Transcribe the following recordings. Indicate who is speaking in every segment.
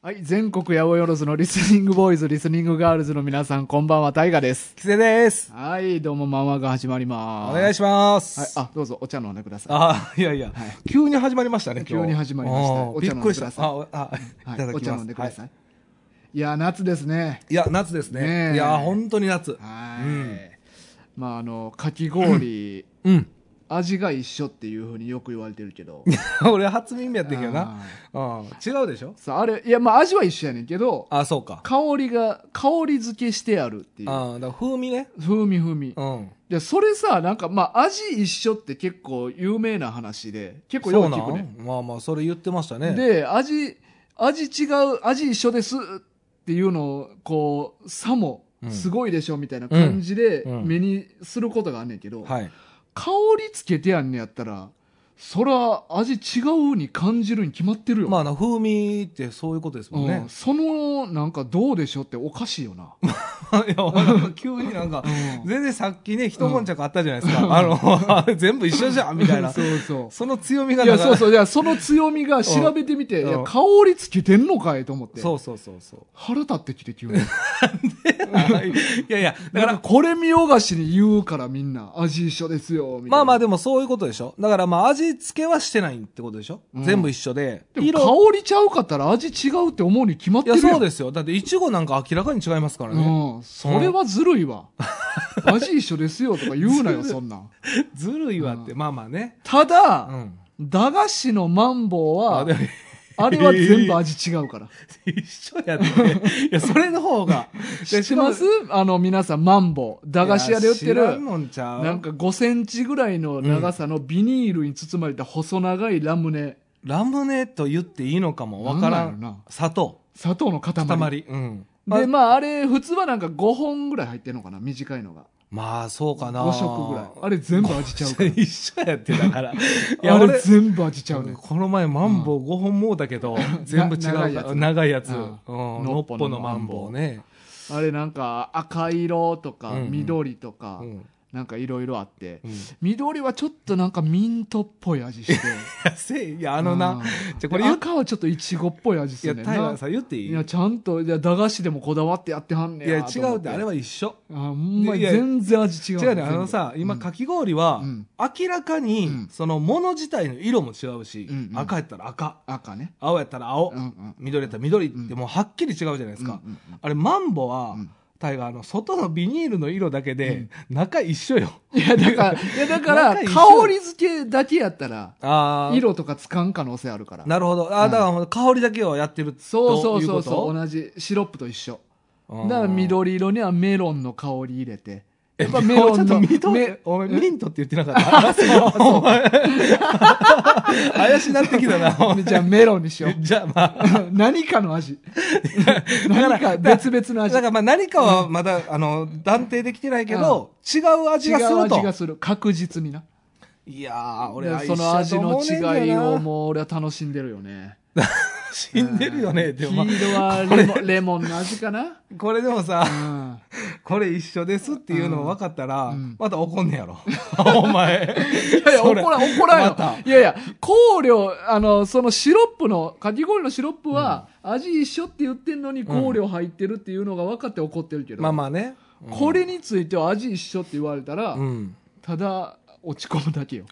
Speaker 1: はい、全国八百万のリスニングボーイズ、リスニングガールズの皆さん、こんばんは、タイガです。
Speaker 2: キセです。
Speaker 1: はい、どうも、マンワが始まりま
Speaker 2: お
Speaker 1: す。
Speaker 2: 願いします。
Speaker 1: はい、あ、どうぞ、お茶飲んでください。
Speaker 2: あ、いやいや、急に始まりましたね、今日
Speaker 1: 急に始まりました
Speaker 2: あー
Speaker 1: お茶
Speaker 2: びっ
Speaker 1: 飲んで
Speaker 2: くりし
Speaker 1: くだ
Speaker 2: た。
Speaker 1: さい
Speaker 2: あ、あ、い
Speaker 1: は
Speaker 2: ただきます。
Speaker 1: い、お茶飲んでください。、
Speaker 2: はい
Speaker 1: や、夏ですね。
Speaker 2: いや、夏ですね。
Speaker 1: ねえ
Speaker 2: いや、本当に夏。
Speaker 1: はい。
Speaker 2: うん
Speaker 1: まあ、あの、かき氷、
Speaker 2: うん。
Speaker 1: 味が一緒っていうふうによく言われてるけど。
Speaker 2: 俺、初耳やってんけどな
Speaker 1: あ。
Speaker 2: うん。違うでしょ
Speaker 1: さあ、あれ、いや、まあ、味は一緒やねんけど、
Speaker 2: あ、そうか。
Speaker 1: 香りが、香り付けしてあるっていう。
Speaker 2: あーだから風味ね。
Speaker 1: 風味風味。
Speaker 2: うん。
Speaker 1: で、それさ、なんか、まあ、味一緒って結構有名な話で、結構よく
Speaker 2: な
Speaker 1: 聞くねん
Speaker 2: ん。まあまあ、それ言ってましたね。
Speaker 1: で、味、味違う、味一緒ですっていうのを、こう、さも
Speaker 2: うん
Speaker 1: すごいでしょみたいな感じで
Speaker 2: うん
Speaker 1: 目にすることがあんねんけど、
Speaker 2: はい。
Speaker 1: 香りつけてやんねやったら、そら味違うに感じるに決まってるよ。
Speaker 2: まあな、風味ってそういうことですもん
Speaker 1: う
Speaker 2: ね
Speaker 1: ん、。その、なんかどうでしょうっておかしいよ な。
Speaker 2: いや、なんか急になんか、全然さっきね、一悶着あったじゃないですか。あの、あ れ全部一緒じゃんみたいな。
Speaker 1: そう そう。
Speaker 2: その強みが
Speaker 1: い
Speaker 2: な
Speaker 1: や、
Speaker 2: んか
Speaker 1: そうそう。いや、その強みが調べてみて、
Speaker 2: うん
Speaker 1: いや、
Speaker 2: うん
Speaker 1: 香りつけてんのかいと思って。
Speaker 2: そうそうそうそう。
Speaker 1: 腹立ってきて急に。
Speaker 2: い やいや、だ
Speaker 1: だから、
Speaker 2: から、
Speaker 1: これ見よがしに言うからみんな、味一緒ですよ、みたいな。
Speaker 2: まあまあでもそういうことでしょ。だからまあ味付けはしてないってことでしょ。
Speaker 1: うん
Speaker 2: 全部一緒で。
Speaker 1: でも
Speaker 2: 色、
Speaker 1: 香りちゃうかったら味違うって思うに決まっ
Speaker 2: い
Speaker 1: てる
Speaker 2: や
Speaker 1: やん
Speaker 2: そうですよ。だってイチゴなんか明らかに違いますからね。
Speaker 1: うん、それはずるいわ味一緒ですよとか言う なよそんなん
Speaker 2: ずるいわって、まあまあね。
Speaker 1: ただ、
Speaker 2: うん。
Speaker 1: 駄菓子のマンボウ
Speaker 2: あ
Speaker 1: は
Speaker 2: でも
Speaker 1: あれは全部味違うから
Speaker 2: 一緒 やって。いや、それの方が。
Speaker 1: 知ってますあの皆さんマンボウ駄菓子屋で売って
Speaker 2: いや知らん
Speaker 1: る
Speaker 2: もんちゃう
Speaker 1: なんか5センチぐらいの長さのビニールに包まれた細長いラムネ、
Speaker 2: ラムネと言っていいのかもわから
Speaker 1: なんな
Speaker 2: ん。
Speaker 1: んやろな
Speaker 2: 砂糖。
Speaker 1: 砂糖の塊
Speaker 2: 塊。うん。
Speaker 1: でまああれ普通はなんか5本ぐらい入ってるのかな短いのが
Speaker 2: まあ、そうかな。
Speaker 1: 5色ぐらいあれ全部味ちゃうから
Speaker 2: 一緒やってだ から。い
Speaker 1: あ
Speaker 2: 俺
Speaker 1: れ全部味ちゃうね
Speaker 2: この前マンボウ5本もうだ けど、全部違う
Speaker 1: 長いやつ
Speaker 2: 長いやつ、
Speaker 1: う
Speaker 2: うんん
Speaker 1: の
Speaker 2: の
Speaker 1: っ
Speaker 2: っ
Speaker 1: ぽ
Speaker 2: ぽ
Speaker 1: の
Speaker 2: の
Speaker 1: マ
Speaker 2: マ
Speaker 1: ン
Speaker 2: ン
Speaker 1: ボ
Speaker 2: ボ
Speaker 1: ウ
Speaker 2: ウね、
Speaker 1: あれなんか赤色とか
Speaker 2: うんうん
Speaker 1: 緑とか
Speaker 2: うん
Speaker 1: なんかいろいろあって
Speaker 2: うんい
Speaker 1: 緑はちょっとなんかミントっぽい味して
Speaker 2: やせいや あのな、
Speaker 1: うん
Speaker 2: じゃ
Speaker 1: こ
Speaker 2: こ
Speaker 1: れ
Speaker 2: れ言っ
Speaker 1: 赤はちょっとイチゴっぽい味
Speaker 2: い
Speaker 1: す
Speaker 2: や
Speaker 1: るねんな
Speaker 2: タイガーさん言っていい
Speaker 1: いやちゃんといや駄菓子でもこだわってやってはんね
Speaker 2: いや
Speaker 1: や
Speaker 2: 違うってあれは一緒
Speaker 1: あほんまに
Speaker 2: いや
Speaker 1: 全然味違う
Speaker 2: 違うねあのさ今かき氷は、
Speaker 1: うん
Speaker 2: 明らかに、
Speaker 1: うん
Speaker 2: その物自体の色も違うし、
Speaker 1: うんうん
Speaker 2: 赤やったら赤
Speaker 1: 赤ね
Speaker 2: 青やったら青、
Speaker 1: うんうん
Speaker 2: 緑やったら緑ってもうはっきり違うじゃないですか、
Speaker 1: うんうん
Speaker 2: あれマンボウは、
Speaker 1: うん
Speaker 2: タイガーあの外のビニールの色だけで、中一緒よ
Speaker 1: いやだからいやだから
Speaker 2: 仲いい
Speaker 1: 香り付けだけやったら
Speaker 2: あー
Speaker 1: 色とかつかん可能性あるから
Speaker 2: なるほど。あ、
Speaker 1: うん
Speaker 2: だから香りだけをやってると
Speaker 1: そうそうそう
Speaker 2: い
Speaker 1: そう
Speaker 2: うこ
Speaker 1: 同じシロップと一緒
Speaker 2: と。
Speaker 1: だから 緑色にはメロンの香り入れて。やっぱメ
Speaker 2: メロ
Speaker 1: ロン
Speaker 2: ン
Speaker 1: の。
Speaker 2: の 緑
Speaker 1: め。
Speaker 2: お前、ミントって言ってなかった。あ、そう。怪しなってき た な。お前。
Speaker 1: じゃあメロンにしよう
Speaker 2: じゃあまあ。
Speaker 1: 何かの 味。
Speaker 2: ら
Speaker 1: 何か別々の
Speaker 2: だ
Speaker 1: 味。
Speaker 2: からまあ何かはまだ、あの、断定できてないけど、違う味
Speaker 1: 違
Speaker 2: がす
Speaker 1: う
Speaker 2: る
Speaker 1: 味が
Speaker 2: と。
Speaker 1: する。確実にな。
Speaker 2: いやー、俺は
Speaker 1: その味の違いを
Speaker 2: う。
Speaker 1: もう俺は楽しんでるよね。
Speaker 2: 死んでるよね。でも
Speaker 1: 黄
Speaker 2: ま
Speaker 1: 色はレモンレモンの味かな。
Speaker 2: あ、これでもさ
Speaker 1: う、ん。
Speaker 2: これ一緒ですっていうの分かったら
Speaker 1: ん、
Speaker 2: また怒んね やろ。お前。
Speaker 1: いやいや、
Speaker 2: そ
Speaker 1: 怒
Speaker 2: れ
Speaker 1: らん、怒らんよ
Speaker 2: また。
Speaker 1: いやいや、香料、あの、そのシロップの、かき氷のシロップは、味一緒って言ってんのに香料入ってるっていうのが分かって怒ってるけど。
Speaker 2: まあまあね。うん
Speaker 1: これについては味一緒って言われたら、
Speaker 2: うん、
Speaker 1: ただ落ち込むだけよ。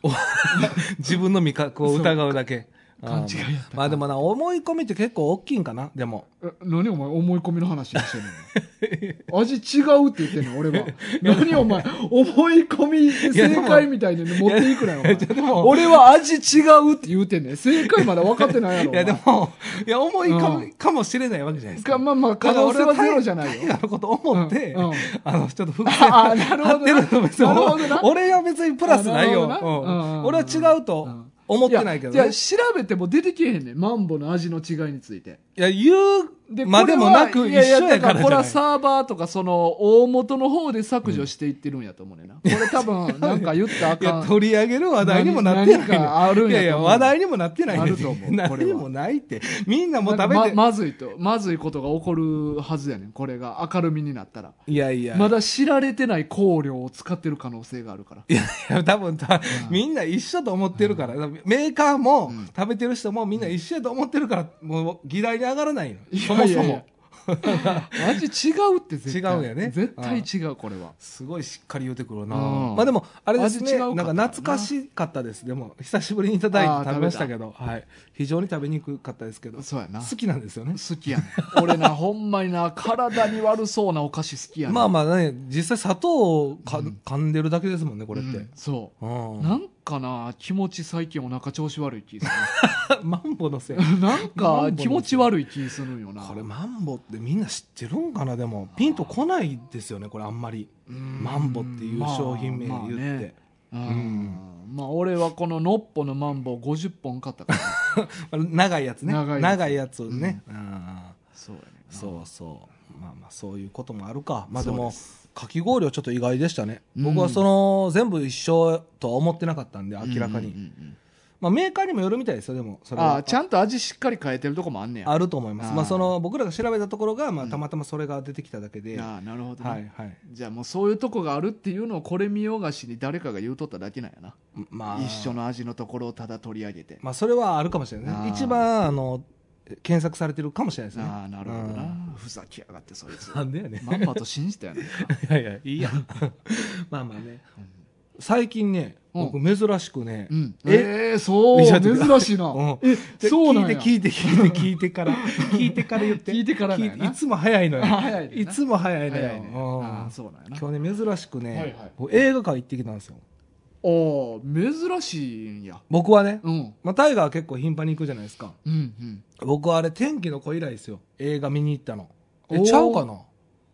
Speaker 2: 自分の味覚を疑うだけ
Speaker 1: そう勘違いやった
Speaker 2: あーまあでもな思い込みって結構大きいんかなでも
Speaker 1: え何お前思い込みの話してる の味違うって言ってんの俺は。何お前思い込みで正解みたいに持っていくなよ。お前
Speaker 2: いやでも
Speaker 1: 俺は味違うって言うてんねん。正解まだ分かってないやろ。
Speaker 2: いやで
Speaker 1: お
Speaker 2: もいや思い込み、
Speaker 1: うん
Speaker 2: かもしれないわけじゃな
Speaker 1: 前
Speaker 2: いですか
Speaker 1: かまあまあ可能性はゼロじゃない
Speaker 2: 俺
Speaker 1: よ。
Speaker 2: はタイガーのこと思って、
Speaker 1: うんうん
Speaker 2: あのちょっと伏線
Speaker 1: ああ、なるほど
Speaker 2: 張って
Speaker 1: な。
Speaker 2: るの別に
Speaker 1: なるほどな。
Speaker 2: 俺は別にプラスないよ、
Speaker 1: あなるほどな
Speaker 2: うん
Speaker 1: うん
Speaker 2: 俺は違うと思ってないけど
Speaker 1: いや
Speaker 2: ね
Speaker 1: いや調べても出てけえへんねん。マンボの味の違いについて。
Speaker 2: いや言う
Speaker 1: で
Speaker 2: まあ
Speaker 1: これは
Speaker 2: でもなく
Speaker 1: いやいや
Speaker 2: 一緒やから
Speaker 1: だこれは
Speaker 2: じゃ
Speaker 1: サーバーとかその大元の方で削除していってるんやと思うねんな、これ 多分なんか言ったらあ
Speaker 2: い
Speaker 1: か
Speaker 2: や
Speaker 1: ん
Speaker 2: 取り上げる話題にもなってな
Speaker 1: 何
Speaker 2: い
Speaker 1: 何かあるんやと思う
Speaker 2: いやいや話題にもなって ないねん
Speaker 1: あると思うこれは
Speaker 2: 何にもないってみんなもう食べ
Speaker 1: なん
Speaker 2: て、
Speaker 1: かままずいとまずいことが起こるはずやねんこれが明るみになったら
Speaker 2: いやいや
Speaker 1: まだ知られてない香料を使ってる可能性があるから
Speaker 2: いやいや多分たみんな一緒と思ってるから、メーカーも、
Speaker 1: うん
Speaker 2: 食べてる人もみんな一緒やと思ってるから、もう議題に上がらないの
Speaker 1: いや
Speaker 2: そも
Speaker 1: い
Speaker 2: そ
Speaker 1: やい
Speaker 2: も
Speaker 1: や 味違うって絶対
Speaker 2: 違うんやね
Speaker 1: 絶対違うこれは
Speaker 2: すごいしっかり言うてくるな、
Speaker 1: うん
Speaker 2: まあでもあれです
Speaker 1: 味
Speaker 2: ね
Speaker 1: 違うか
Speaker 2: な
Speaker 1: った
Speaker 2: ん
Speaker 1: な
Speaker 2: か懐かしかったですでも久しぶりにいただい
Speaker 1: あー
Speaker 2: て食べましたけどはい、非常に食べにくかったですけど
Speaker 1: そうやな
Speaker 2: 好きなんですよね
Speaker 1: 好きやねん俺な ほんまにな体に悪そうなお菓子好きやねん
Speaker 2: まあまあね実際砂糖をか、噛んでるだけですもんねこれって、
Speaker 1: うんそううんなんかな気持ち最近お腹調子悪い気す
Speaker 2: マンボのせい
Speaker 1: るなん
Speaker 2: マンボ
Speaker 1: か
Speaker 2: の
Speaker 1: 気持ち悪い気するんよな
Speaker 2: これマンボってみんな知ってるんかなでもピンとこないですよねこれあんまり
Speaker 1: うん
Speaker 2: マンボっていう商品名で言って、
Speaker 1: まあねう
Speaker 2: うん
Speaker 1: まあ俺はこのノッポのマンボウ50本買ったから
Speaker 2: あの長いやつね
Speaker 1: 長いやつ
Speaker 2: 長いやつをね、うん
Speaker 1: そうやねんな
Speaker 2: そうそうまあまあそういうこともあるかまあで
Speaker 1: そう
Speaker 2: も
Speaker 1: です
Speaker 2: かき氷はちょっと意外でしたね、
Speaker 1: うん
Speaker 2: 僕はその全部一緒とは思ってなかったんで明らかに、
Speaker 1: うんうんうん
Speaker 2: まあ、メーカーにもよるみたいですよでもそれは
Speaker 1: あーちゃんと味しっかり変えてるとこもあんねや
Speaker 2: あると思います
Speaker 1: あー
Speaker 2: まあ、その僕らが調べたところが、まあ、
Speaker 1: うん
Speaker 2: たまたまそれが出てきただけで、は
Speaker 1: あーなるほ
Speaker 2: い
Speaker 1: どね、
Speaker 2: はい
Speaker 1: じゃあもうそういうとこがあるっていうのをこれ見よがしに誰かが言うとっただけなんやな、
Speaker 2: まあ
Speaker 1: 一緒の味のところをただ取り上げて、
Speaker 2: まあ、それはあるかもしれないね
Speaker 1: あー
Speaker 2: 一番あの検索されてるかもしれないですね
Speaker 1: ああなるほどな、ふざけやがってそいつ
Speaker 2: うんなんでやねん
Speaker 1: まんまと信じたよね
Speaker 2: いやいやいいや まあまあね最近ね僕珍しくね、
Speaker 1: うん、
Speaker 2: え
Speaker 1: えー、そう
Speaker 2: いやちょっと
Speaker 1: 珍しいな、
Speaker 2: うん
Speaker 1: え
Speaker 2: じゃあ
Speaker 1: そうなんや
Speaker 2: 聞いて聞いて聞いて聞いて から聞いてから言って
Speaker 1: 聞いてからなんやな
Speaker 2: 聞いていつも早いのよ
Speaker 1: あ 早いねん
Speaker 2: い
Speaker 1: な
Speaker 2: つも早いのよ
Speaker 1: 早いね
Speaker 2: うん
Speaker 1: ああそうなんやな
Speaker 2: 今日ね珍しくね、
Speaker 1: はいはい
Speaker 2: 僕映画館行ってきたんですよ
Speaker 1: お珍しいんや
Speaker 2: 僕はね、
Speaker 1: うん
Speaker 2: まあ、タイガーは結構頻繁に行くじゃないですか
Speaker 1: うんうん
Speaker 2: 僕はあれ天気の子以来ですよ映画見に行ったのえ
Speaker 1: おー
Speaker 2: ちゃうかな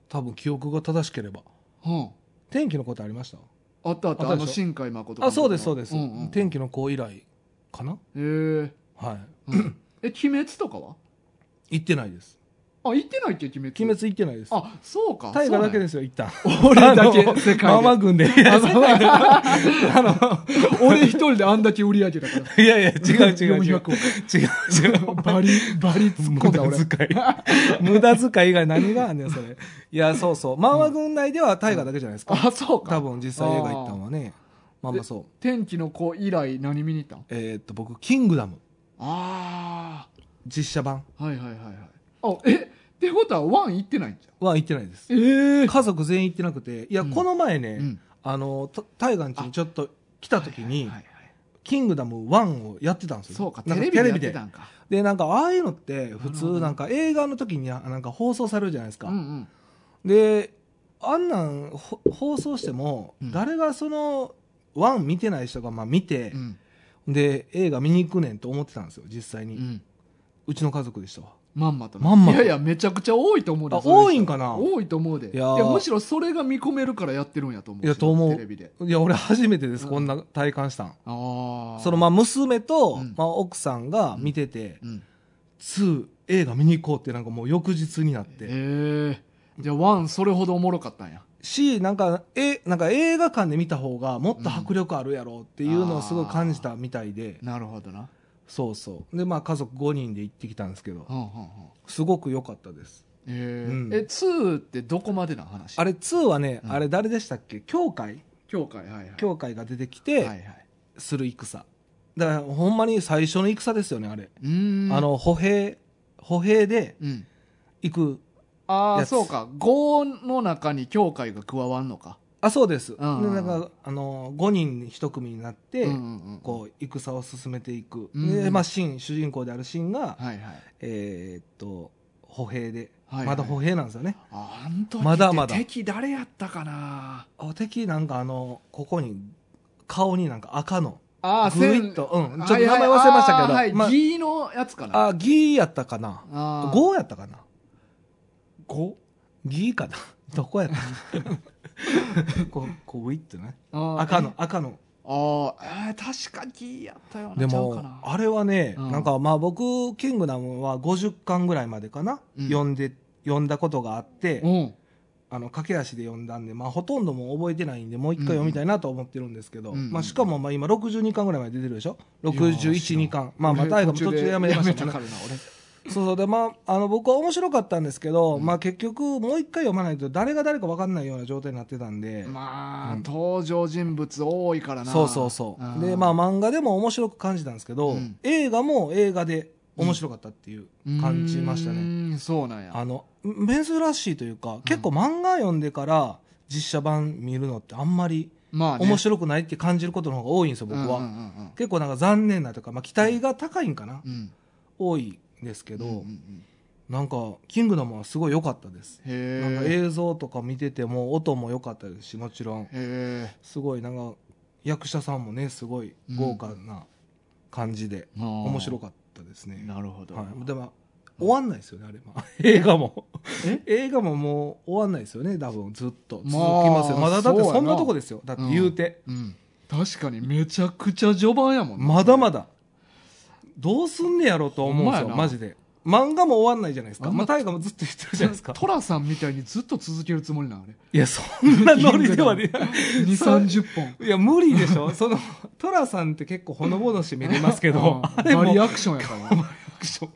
Speaker 2: 多分記憶が正しければ
Speaker 1: うん
Speaker 2: 天気の子ってありました
Speaker 1: あったあった
Speaker 2: あ
Speaker 1: あ
Speaker 2: ったでしょ
Speaker 1: の新海誠監督の
Speaker 2: あそうですそうです、
Speaker 1: んうん、
Speaker 2: 天気の子以来かな
Speaker 1: えー
Speaker 2: はい
Speaker 1: うん、え鬼滅とかは
Speaker 2: 行ってないです
Speaker 1: あ行ってないっけ鬼滅
Speaker 2: 鬼滅行ってないです
Speaker 1: あそうか
Speaker 2: タイガーだけですすよ行った
Speaker 1: 俺だけ
Speaker 2: あの
Speaker 1: 世界で
Speaker 2: ママ軍でいや世界であの
Speaker 1: 俺一人であんだけ売り上げたから
Speaker 2: いやいや違う違う違う違う違う
Speaker 1: 400億
Speaker 2: バリバリ突
Speaker 1: っ込んだ俺
Speaker 2: 無駄遣い無駄遣い以外何があんねんそれいやそうそうママ軍内ではタイガーだけじゃないですか、
Speaker 1: あそう
Speaker 2: 多
Speaker 1: か
Speaker 2: 分実際映画行ったのはねまあまあそう
Speaker 1: 天気の子以来何見に行ったん
Speaker 2: えーっと僕「キングダム
Speaker 1: あ」
Speaker 2: 実写版
Speaker 1: あはいはいはいはいあえってことはワン行ってないんじ
Speaker 2: は行ってないです
Speaker 1: ゃんええ
Speaker 2: 家族全員行ってなくていや
Speaker 1: うん
Speaker 2: この前ね、
Speaker 1: うん
Speaker 2: あのたタイガーん家にちょっと来た時に
Speaker 1: はいはい
Speaker 2: 「キングダム1」をやってたんですよ
Speaker 1: そうか
Speaker 2: なん
Speaker 1: テレビでやってたんか
Speaker 2: でなんかああいうのって
Speaker 1: な
Speaker 2: 普
Speaker 1: るほ
Speaker 2: 通
Speaker 1: ど
Speaker 2: なんか映画の時にあなんか放送されるじゃないですか、
Speaker 1: うんうん
Speaker 2: であんなんほ放送しても
Speaker 1: うん
Speaker 2: 誰がその1見てない人がまあ見て
Speaker 1: う、ん
Speaker 2: で映画見に行くねんと思ってたんですよ実際
Speaker 1: う
Speaker 2: に、うんちの家族でしたわ
Speaker 1: まんまとな
Speaker 2: まんま
Speaker 1: い
Speaker 2: と
Speaker 1: やいやめちゃくちゃ多いと思うで
Speaker 2: あ
Speaker 1: それ
Speaker 2: 多いんかな
Speaker 1: 多いと思うでい
Speaker 2: いやー
Speaker 1: やむしろそれが見込めるからやってるんやと思うし
Speaker 2: いやと思う
Speaker 1: テレビで
Speaker 2: いや俺初めてです、
Speaker 1: うん
Speaker 2: こんな体感したん
Speaker 1: ああ
Speaker 2: そのまあ娘と、
Speaker 1: うん
Speaker 2: まあ、奥さんが見てて、
Speaker 1: うん
Speaker 2: 2映画見に行こうってなんかもう翌日になって、
Speaker 1: ええじゃあワンそれほどおもろかったんや
Speaker 2: しなんかえなんか映画館で見た方がもっと迫力あるやろうっていうのをすごい感じたみたいで、
Speaker 1: なるほどな
Speaker 2: そうそうでまあ家族5人で行ってきたんですけど
Speaker 1: はんはんはん
Speaker 2: すごく良かったです
Speaker 1: えー
Speaker 2: うん
Speaker 1: え2ってどこまでの話
Speaker 2: あ
Speaker 1: れ
Speaker 2: れ2はね、
Speaker 1: うん
Speaker 2: あれ誰でしたっけ教会
Speaker 1: 教会はいはい
Speaker 2: 教会が出てき
Speaker 1: 会はい
Speaker 2: て
Speaker 1: はい
Speaker 2: する戦、だからほんまに最初の戦ですよねあれ、
Speaker 1: うーん
Speaker 2: あの歩兵歩兵で
Speaker 1: うん
Speaker 2: 行く
Speaker 1: ああ
Speaker 2: やつ
Speaker 1: そうか5の中に教会が加わんのか
Speaker 2: あそうです、
Speaker 1: うんうんう
Speaker 2: で
Speaker 1: ん
Speaker 2: なんかあの5人1組になって、
Speaker 1: うんうんうん
Speaker 2: こう戦を進めていく、
Speaker 1: うんうん
Speaker 2: でまあ、シン主人公であるシン
Speaker 1: は
Speaker 2: が、
Speaker 1: いはい
Speaker 2: えーっと歩兵で、
Speaker 1: はいはい
Speaker 2: まだ歩兵なんですよね
Speaker 1: ああん時
Speaker 2: ま
Speaker 1: ま
Speaker 2: だ
Speaker 1: だ
Speaker 2: ま
Speaker 1: ま
Speaker 2: だ
Speaker 1: だ敵誰やったかな
Speaker 2: あ敵なんかあのここに顔になんか赤の
Speaker 1: あ
Speaker 2: ぐいっとうんちょっと名前忘れましたけど
Speaker 1: はいはいあー
Speaker 2: まあ
Speaker 1: はい、ギーのやつかな
Speaker 2: あギーやったかな
Speaker 1: あー
Speaker 2: 5やったかな5ギーか な どこやったこうこうグイッとね
Speaker 1: あー
Speaker 2: 赤の赤の
Speaker 1: ああ、えー、確かにやったよう
Speaker 2: で
Speaker 1: なちゃうか
Speaker 2: も
Speaker 1: な。
Speaker 2: あれはね、
Speaker 1: うん
Speaker 2: なんかまあ僕「キングダム」は50巻ぐらいまでかな、
Speaker 1: うん
Speaker 2: 読んで読んだことがあって、
Speaker 1: うん。
Speaker 2: あの駆け足で読んだんで、まあ、ほとんどもう覚えてないんでもう一回読みたいなと思ってるんですけど、
Speaker 1: うんうん
Speaker 2: まあ、しかもまあ今62巻ぐらいまで出てるでしょ
Speaker 1: いやー知らん
Speaker 2: 612巻まあまあ
Speaker 1: 俺
Speaker 2: 大河も途中でやめましたけ
Speaker 1: や
Speaker 2: ど、
Speaker 1: め
Speaker 2: ね
Speaker 1: たか、らな、
Speaker 2: そうそうでまああの僕は面白かったんですけど、まあ、結局もう一回読まないと誰が誰か分かんないような状態になってたんで、
Speaker 1: 俺。まあ、登場人物多いからな。
Speaker 2: そうそうそうでまあ
Speaker 1: あ、
Speaker 2: 漫画でも面白く感じたんですけど、
Speaker 1: うん
Speaker 2: 映画も映画で面白かったっていう感じましたね、
Speaker 1: ね。そうなんや。
Speaker 2: あの珍しいというか結構漫画読んでから実写版見るのってあんまり
Speaker 1: まあね。
Speaker 2: 面白くないって感じることの方が多いんですよ僕は、
Speaker 1: うんうんうん
Speaker 2: 結構なんか残念なというか、まあ、期待が高いんかな、
Speaker 1: うん。うん
Speaker 2: 多いんですけど、
Speaker 1: うんうんうん
Speaker 2: なんか「キングダム」はすごい良かったです、なんか
Speaker 1: へえ。
Speaker 2: 映像とか見てても音も良かったですしもちろん
Speaker 1: へえ。
Speaker 2: すごいなんか役者さんもねすごい豪華な感じで、面
Speaker 1: 面
Speaker 2: 白かったですね、
Speaker 1: なるほど。
Speaker 2: はい、でも終わんないですよねあれ は映画も
Speaker 1: え
Speaker 2: 映画ももう終わんないですよね多分ずっと続き
Speaker 1: まあ
Speaker 2: ますよまだだって
Speaker 1: そうやな
Speaker 2: そんなとこですよだって言うて、
Speaker 1: うん。確かにめちゃくちゃ序盤やもんな
Speaker 2: まだまだどうすんねやろと思うんで
Speaker 1: ほんまや
Speaker 2: すよ
Speaker 1: な
Speaker 2: マジで漫画も終わんないじゃないですか
Speaker 1: あんま
Speaker 2: まあ大河もずっと言ってるじゃないですか
Speaker 1: トラさんみたいにずっと続けるつもりなのあ れ。
Speaker 2: いやそんなノリではね
Speaker 1: 2、30本。
Speaker 2: いや無理でしょ そのトラさんって結構ほのぼのして見れますけど
Speaker 1: うん
Speaker 2: あれも
Speaker 1: バ
Speaker 2: リ
Speaker 1: リ
Speaker 2: ア
Speaker 1: アクションやからな。
Speaker 2: クショ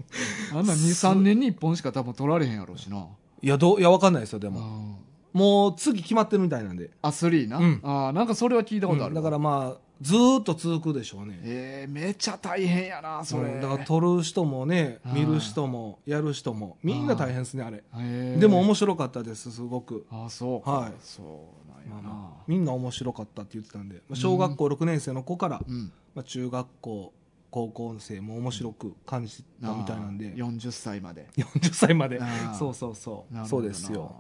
Speaker 2: ン
Speaker 1: あんな2、3年に1本しか多分取られへんやろうしな。
Speaker 2: いやどういやわかんないですよで
Speaker 1: う
Speaker 2: も、
Speaker 1: ん
Speaker 2: もう次決まってるみたいなんで
Speaker 1: あ、3な。
Speaker 2: うん
Speaker 1: あーなんかそれは聞いたことある。
Speaker 2: うんだからまあずーっと続くでしょうね
Speaker 1: えー、めちゃ大変やな、それ。
Speaker 2: うんだから撮る人もね
Speaker 1: うん
Speaker 2: 見る人もやる人もみんな大変ですねあれ
Speaker 1: へー
Speaker 2: でも面白かったですすごく、
Speaker 1: あ、そうか。
Speaker 2: はい
Speaker 1: そうなんや
Speaker 2: まあ
Speaker 1: な。
Speaker 2: まあみんな面白かったって言ってたんで、まあ、小学校6年生の子から、
Speaker 1: うん。
Speaker 2: まあ、中学校高校生も面白く感じたみたいなんで
Speaker 1: あー40歳まで。
Speaker 2: 40歳まで
Speaker 1: あー
Speaker 2: そうそうそ
Speaker 1: なるほ
Speaker 2: うそう
Speaker 1: どな
Speaker 2: ですよ。